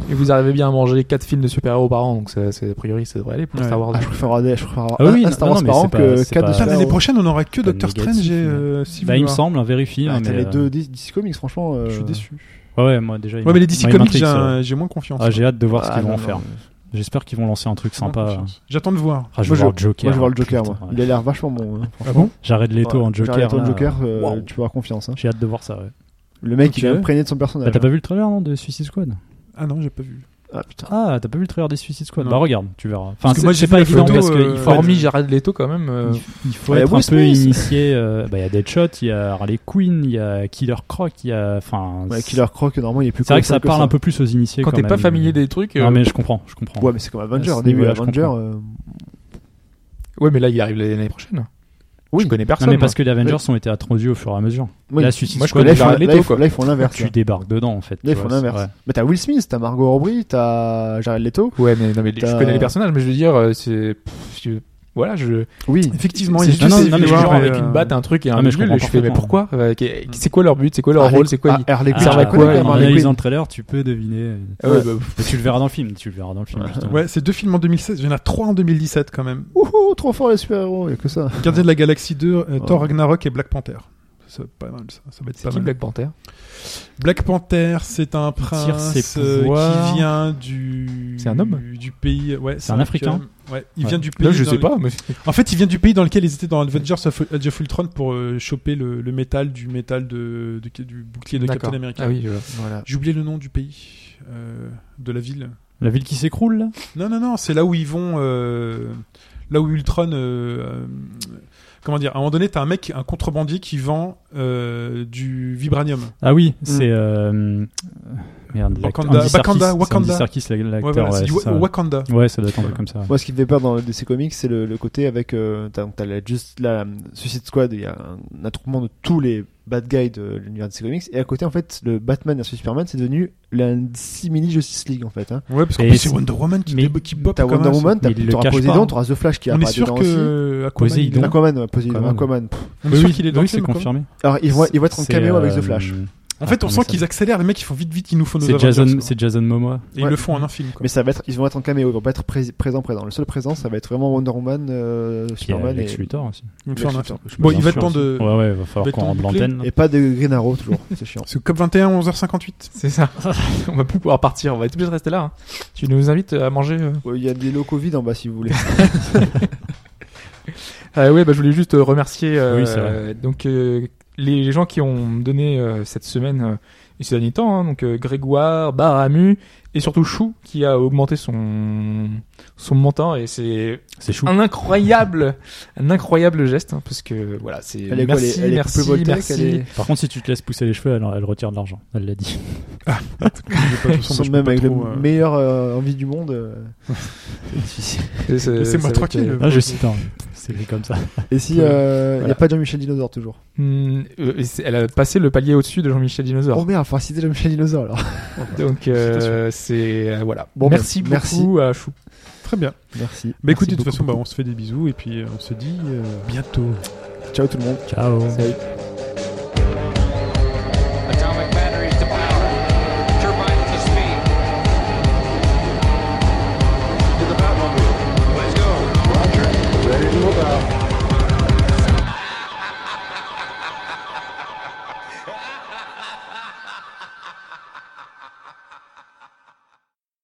[SPEAKER 3] Et vous arrivez bien à manger 4 films de super-héros par an, donc ça, c'est- a priori ça devrait aller pour
[SPEAKER 1] Ouais.
[SPEAKER 3] Star Wars.
[SPEAKER 2] Ah, je préfère avoir des- je préfère avoir
[SPEAKER 4] Ah oui,
[SPEAKER 2] un- un
[SPEAKER 4] non,
[SPEAKER 2] Star
[SPEAKER 4] non,
[SPEAKER 2] Wars
[SPEAKER 4] mais
[SPEAKER 2] par
[SPEAKER 4] c'est
[SPEAKER 2] an
[SPEAKER 4] pas-
[SPEAKER 2] que
[SPEAKER 4] c'est
[SPEAKER 2] quatre de
[SPEAKER 4] pas-
[SPEAKER 1] Putain,
[SPEAKER 2] Star
[SPEAKER 1] l'année
[SPEAKER 2] Wars.
[SPEAKER 1] prochaine, on aura que
[SPEAKER 4] Pas
[SPEAKER 1] Doctor
[SPEAKER 4] négatif,
[SPEAKER 1] Strange et
[SPEAKER 4] mais-
[SPEAKER 1] euh, Civil
[SPEAKER 4] Bah, il me
[SPEAKER 1] War.
[SPEAKER 4] semble, hein, vérifie. hein,
[SPEAKER 2] Ah, T'as
[SPEAKER 4] mais,
[SPEAKER 2] les
[SPEAKER 4] euh,
[SPEAKER 2] deux D- DC Comics, franchement.
[SPEAKER 1] Je suis
[SPEAKER 2] euh,
[SPEAKER 1] déçu.
[SPEAKER 4] Ouais, ouais, moi déjà. il
[SPEAKER 1] Ouais, mais les
[SPEAKER 4] m'a-
[SPEAKER 1] DC
[SPEAKER 4] moi, il
[SPEAKER 1] Comics,
[SPEAKER 4] m'intrigue,
[SPEAKER 1] j'ai
[SPEAKER 4] ça.
[SPEAKER 1] un- j'ai moins confiance.
[SPEAKER 4] Ah, j'ai hâte de voir ce
[SPEAKER 2] ah,
[SPEAKER 4] qu'ils vont
[SPEAKER 2] non,
[SPEAKER 4] en
[SPEAKER 2] non,
[SPEAKER 4] faire.
[SPEAKER 2] non.
[SPEAKER 4] J'espère qu'ils vont lancer un truc
[SPEAKER 1] J'ai moins
[SPEAKER 4] sympa.
[SPEAKER 1] confiance. J'attends de voir.
[SPEAKER 4] Ah, je
[SPEAKER 2] Moi,
[SPEAKER 4] veux
[SPEAKER 2] je-
[SPEAKER 4] voir le Joker.
[SPEAKER 2] Moi, je vais voir le Joker, moi.
[SPEAKER 4] Putain,
[SPEAKER 2] Il a l'air vachement bon. hein,
[SPEAKER 1] Ah
[SPEAKER 2] franchement.
[SPEAKER 1] bon
[SPEAKER 4] Jared Leto en Joker.
[SPEAKER 2] Jared Leto en
[SPEAKER 4] là.
[SPEAKER 2] Joker, euh,
[SPEAKER 4] Waouh.
[SPEAKER 2] tu vas avoir confiance. hein.
[SPEAKER 4] J'ai hâte de voir ça. ouais.
[SPEAKER 2] Le mec,
[SPEAKER 4] Ok.
[SPEAKER 2] il est imprégné de son personnage.
[SPEAKER 4] Bah, t'as pas vu le trailer non, de Suicide Squad
[SPEAKER 1] Ah non, j'ai pas vu.
[SPEAKER 2] Ah putain.
[SPEAKER 4] Ah, t'as pas vu le trailer des Suicide Squad
[SPEAKER 1] Non.
[SPEAKER 4] Bah regarde, tu verras. Enfin,
[SPEAKER 1] Parce que
[SPEAKER 4] c'est
[SPEAKER 1] moi,
[SPEAKER 4] c'est
[SPEAKER 1] j'ai
[SPEAKER 4] pas
[SPEAKER 1] vu la
[SPEAKER 4] évident
[SPEAKER 1] photo,
[SPEAKER 4] parce que
[SPEAKER 1] euh,
[SPEAKER 4] il faut,
[SPEAKER 1] Formi-
[SPEAKER 3] Hormis Jared Leto quand même. euh,
[SPEAKER 4] il faut
[SPEAKER 2] Ouais,
[SPEAKER 4] être un
[SPEAKER 2] Will
[SPEAKER 4] peu
[SPEAKER 2] Smith.
[SPEAKER 4] initié. euh, bah il y a Deadshot, il y a Harley Quinn, il y a Killer Croc, il y a. Enfin,
[SPEAKER 2] Ouais,
[SPEAKER 4] Ah, c'est-
[SPEAKER 2] Killer Croc, normalement, il est plus
[SPEAKER 4] c'est vrai que
[SPEAKER 2] colossal
[SPEAKER 4] ça parle un peu plus aux initiés.
[SPEAKER 3] quand t'es
[SPEAKER 4] même,
[SPEAKER 3] pas
[SPEAKER 4] mais-
[SPEAKER 3] familier des trucs. euh,
[SPEAKER 4] Non mais je comprends, je comprends.
[SPEAKER 2] Ouais, mais c'est comme Avenger.
[SPEAKER 4] À ce
[SPEAKER 2] Au début,
[SPEAKER 4] niveau-là, je
[SPEAKER 2] Avenger.
[SPEAKER 4] comprends.
[SPEAKER 2] euh,
[SPEAKER 3] Ouais, mais là il arrive l'année prochaine. Oui. Je connais
[SPEAKER 4] Non
[SPEAKER 3] personne.
[SPEAKER 4] mais parce que les
[SPEAKER 2] hein.
[SPEAKER 4] Avengers ont été introduits au fur et à mesure.
[SPEAKER 2] oui.
[SPEAKER 4] Là, Suicide
[SPEAKER 3] Moi, je
[SPEAKER 4] Squad,
[SPEAKER 2] là,
[SPEAKER 3] connais
[SPEAKER 2] ils font-
[SPEAKER 3] Jared
[SPEAKER 2] là,
[SPEAKER 3] Leto,
[SPEAKER 2] ils font-
[SPEAKER 3] quoi.
[SPEAKER 2] là, ils font
[SPEAKER 4] (laughs)
[SPEAKER 2] l'inverse.
[SPEAKER 4] tu débarques dedans en fait. tu
[SPEAKER 2] Là, ils font
[SPEAKER 4] vois, c'est-
[SPEAKER 2] l'inverse.
[SPEAKER 4] ouais.
[SPEAKER 2] Bah, t'as Will Smith, t'as Margot Robbie, t'as Jared Leto.
[SPEAKER 3] Ouais, mais, non, mais je
[SPEAKER 2] T'as-
[SPEAKER 3] connais les personnages, mais je veux dire, euh, c'est. pff, je- Voilà, je.
[SPEAKER 2] Oui.
[SPEAKER 1] Effectivement, il
[SPEAKER 3] c'est
[SPEAKER 1] y a
[SPEAKER 3] juste
[SPEAKER 4] non,
[SPEAKER 1] juste
[SPEAKER 4] non,
[SPEAKER 1] des
[SPEAKER 4] non, mais
[SPEAKER 3] des
[SPEAKER 4] je
[SPEAKER 1] villains
[SPEAKER 3] gens
[SPEAKER 4] comprends,
[SPEAKER 1] et,
[SPEAKER 3] avec
[SPEAKER 1] euh,
[SPEAKER 3] une batte et un truc et un
[SPEAKER 4] Ah, mais je
[SPEAKER 3] bidule,
[SPEAKER 4] comprends
[SPEAKER 3] et je fais, mais
[SPEAKER 4] parfaitement.
[SPEAKER 3] pourquoi Euh, qu'est- C'est quoi leur but C'est quoi leur
[SPEAKER 2] Harley-
[SPEAKER 3] rôle C'est quoi
[SPEAKER 2] Ah, Harley
[SPEAKER 4] Ah,
[SPEAKER 2] Quinn,
[SPEAKER 3] servent à
[SPEAKER 2] je la connais,
[SPEAKER 3] quoi,
[SPEAKER 2] quand même,
[SPEAKER 4] En
[SPEAKER 2] Harley
[SPEAKER 4] analysant
[SPEAKER 2] Quinn.
[SPEAKER 4] le trailer, tu peux deviner.
[SPEAKER 3] Ah ouais, bah,
[SPEAKER 4] Mais tu le verras dans le film. Tu le verras dans le film. justement.
[SPEAKER 1] Ouais, c'est deux films en 2016. Il y en a trois en 2017 quand même.
[SPEAKER 2] Wouhou, trop fort les super-héros, y'a que ça.
[SPEAKER 1] Gardien de la Galaxie 2, euh,
[SPEAKER 2] Oh.
[SPEAKER 1] Thor Ragnarok et Black Panther. Ça, va être pas mal, ça. Ça va être
[SPEAKER 3] C'est
[SPEAKER 1] pas
[SPEAKER 3] qui
[SPEAKER 1] mal.
[SPEAKER 3] Black Panther
[SPEAKER 1] Black Panther, c'est un
[SPEAKER 4] tire ses
[SPEAKER 1] prince euh,
[SPEAKER 4] pouvoirs.
[SPEAKER 1] qui vient du.
[SPEAKER 3] C'est un homme
[SPEAKER 1] Du pays. Ouais,
[SPEAKER 4] un Africain
[SPEAKER 1] Ouais, il
[SPEAKER 4] Ouais.
[SPEAKER 1] vient du pays.
[SPEAKER 3] Là, je
[SPEAKER 1] dans
[SPEAKER 3] sais
[SPEAKER 1] le-
[SPEAKER 3] pas, mais.
[SPEAKER 1] En fait, il vient du pays dans lequel ils étaient dans Avengers of- Age of Ultron pour euh, choper le, le métal du métal de, de- du bouclier de
[SPEAKER 3] D'accord.
[SPEAKER 1] Captain America.
[SPEAKER 3] Ah oui, voilà.
[SPEAKER 2] Voilà.
[SPEAKER 1] J'ai oublié le nom du pays, euh, de la ville.
[SPEAKER 4] La ville qui s'écroule. là
[SPEAKER 1] Non, non, non, c'est là où ils vont. euh, là où Ultron. euh, euh, comment dire À un moment donné, t'as un mec, un contrebandier qui vend euh, du vibranium.
[SPEAKER 4] Ah oui,
[SPEAKER 2] Mm.
[SPEAKER 4] c'est euh, merde. l'acteur-
[SPEAKER 1] Wakanda-
[SPEAKER 4] Andy Serkis,
[SPEAKER 1] Wakanda-
[SPEAKER 4] c'est
[SPEAKER 1] Wakanda.
[SPEAKER 4] Andy Serkis, la- l'acteur.
[SPEAKER 1] Ouais, voilà,
[SPEAKER 4] ouais,
[SPEAKER 1] c'est du
[SPEAKER 4] c'est ça.
[SPEAKER 1] Wa- Wakanda.
[SPEAKER 4] Ouais, ça doit être un truc comme ça.
[SPEAKER 2] Moi, ce qui me fait peur dans le DC Comics, c'est le, le côté avec. euh, t'as t'as la, juste la euh, Suicide Squad, il y a un attroupement de tous les bad guys de l'univers DC Comics. Et à côté, en fait, le Batman versus Superman, c'est devenu la simili Justice League, en fait. Hein.
[SPEAKER 1] Ouais, parce qu'en
[SPEAKER 4] Et
[SPEAKER 1] plus,
[SPEAKER 4] c'est-
[SPEAKER 1] c'est Wonder Woman qui,
[SPEAKER 4] mais
[SPEAKER 1] dé- qui boppe
[SPEAKER 2] T'as
[SPEAKER 1] comme
[SPEAKER 2] Wonder
[SPEAKER 1] un-
[SPEAKER 2] Woman, t'as-
[SPEAKER 4] Mais il le
[SPEAKER 2] t'auras
[SPEAKER 4] cache pas,
[SPEAKER 2] Poséidon,
[SPEAKER 4] hein.
[SPEAKER 2] t'auras The Flash qui
[SPEAKER 1] On est
[SPEAKER 2] apparaît
[SPEAKER 1] sûr
[SPEAKER 2] dedans aussi.
[SPEAKER 1] que. Aquaman, il est
[SPEAKER 4] Poséidon.
[SPEAKER 1] dans-
[SPEAKER 2] Aquaman, ouais, Poséidon,
[SPEAKER 4] Aquaman.
[SPEAKER 2] Aquaman. Pff.
[SPEAKER 1] On est
[SPEAKER 4] Oui,
[SPEAKER 1] sûr
[SPEAKER 4] oui,
[SPEAKER 1] qu'il est
[SPEAKER 4] oui,
[SPEAKER 1] dans le
[SPEAKER 4] c'est
[SPEAKER 1] film, quoi.
[SPEAKER 4] confirmé.
[SPEAKER 2] Alors, ils vont, ils vont être en
[SPEAKER 4] C'est,
[SPEAKER 2] caméo avec The
[SPEAKER 4] euh,
[SPEAKER 2] Flash.
[SPEAKER 1] En fait, on
[SPEAKER 4] Comment
[SPEAKER 1] sent
[SPEAKER 4] ça
[SPEAKER 1] qu'ils accélèrent, les mecs, ils font vite, vite, ils nous font nos
[SPEAKER 4] C'est
[SPEAKER 1] Avengers,
[SPEAKER 4] Jason,
[SPEAKER 1] quoi.
[SPEAKER 4] c'est Jason Momoa.
[SPEAKER 1] Et ils
[SPEAKER 2] Ouais.
[SPEAKER 1] le font en un film, quoi.
[SPEAKER 2] Mais ça va être, ils vont être en caméo, ils vont pas être pré- présents, présents. Le seul présent, ça va être vraiment Wonder Woman, euh,
[SPEAKER 4] Puis il y a
[SPEAKER 2] Superman et.
[SPEAKER 4] Lex Luthor aussi.
[SPEAKER 1] Ils le
[SPEAKER 2] Lex
[SPEAKER 1] font en un film.
[SPEAKER 2] Luthor, je me
[SPEAKER 1] Bon,
[SPEAKER 4] Bien
[SPEAKER 1] il va le
[SPEAKER 4] sûr
[SPEAKER 1] temps de.
[SPEAKER 4] Ouais, ouais, va falloir
[SPEAKER 1] Béton
[SPEAKER 4] qu'on rende
[SPEAKER 1] bouclé.
[SPEAKER 4] l'antenne. là.
[SPEAKER 2] Et pas de Green Arrow, toujours, (laughs) c'est chiant.
[SPEAKER 1] C'est COP21, 11h58.
[SPEAKER 3] C'est ça. (laughs) on va plus pouvoir partir. On va être obligé de rester là. hein. Tu nous invites à manger. euh.
[SPEAKER 2] Ouais, Il y a des locaux vides en bas si vous voulez.
[SPEAKER 3] Euh, oui, bah, je voulais juste euh, remercier euh,
[SPEAKER 4] Oui, c'est vrai.
[SPEAKER 3] donc euh, les, les gens qui ont donné euh, cette semaine euh, et ces derniers temps, hein, donc euh, Grégoire, Baramu et surtout Chou qui a augmenté son son montant et c'est
[SPEAKER 4] C'est chou.
[SPEAKER 3] un incroyable un incroyable geste hein, parce que voilà c'est
[SPEAKER 2] Elle est quoi,
[SPEAKER 3] merci
[SPEAKER 2] elle est- elle est
[SPEAKER 3] merci
[SPEAKER 2] photovoltaïque,
[SPEAKER 3] merci
[SPEAKER 2] elle est-
[SPEAKER 4] Par contre, si tu te laisses pousser les cheveux, elle, elle retire de l'argent. Elle l'a dit.
[SPEAKER 1] J'ai pas tout
[SPEAKER 2] Sans
[SPEAKER 1] son- je peux
[SPEAKER 2] même
[SPEAKER 1] pas
[SPEAKER 2] avec le
[SPEAKER 1] trop, euh,
[SPEAKER 2] meilleur euh, envie du monde. euh, c'est difficile.
[SPEAKER 3] C'est- c'est-
[SPEAKER 1] Laissez-moi
[SPEAKER 3] ça va être,
[SPEAKER 1] tranquille.
[SPEAKER 3] euh,
[SPEAKER 4] Ah, je cite. hein. C'est comme ça.
[SPEAKER 2] Et si euh, il n'y
[SPEAKER 3] Voilà.
[SPEAKER 2] a pas Jean-Michel Dinosaur toujours
[SPEAKER 3] hum, euh, et c'est- elle a passé le palier au-dessus de Jean-Michel Dinosaur.
[SPEAKER 2] Oh merde, faut citer Jean-Michel Dinosaur alors.
[SPEAKER 3] Donc euh, c'est euh, voilà.
[SPEAKER 2] Bon,
[SPEAKER 3] merci
[SPEAKER 2] bah,
[SPEAKER 3] beaucoup à Chou.
[SPEAKER 1] Très bien.
[SPEAKER 2] Merci.
[SPEAKER 1] Bah écoutez, de toute
[SPEAKER 3] beaucoup.
[SPEAKER 1] façon, bah, on se fait des bisous et puis euh, on se dit euh, bientôt.
[SPEAKER 2] Ciao tout le monde.
[SPEAKER 4] Ciao.
[SPEAKER 3] Salut.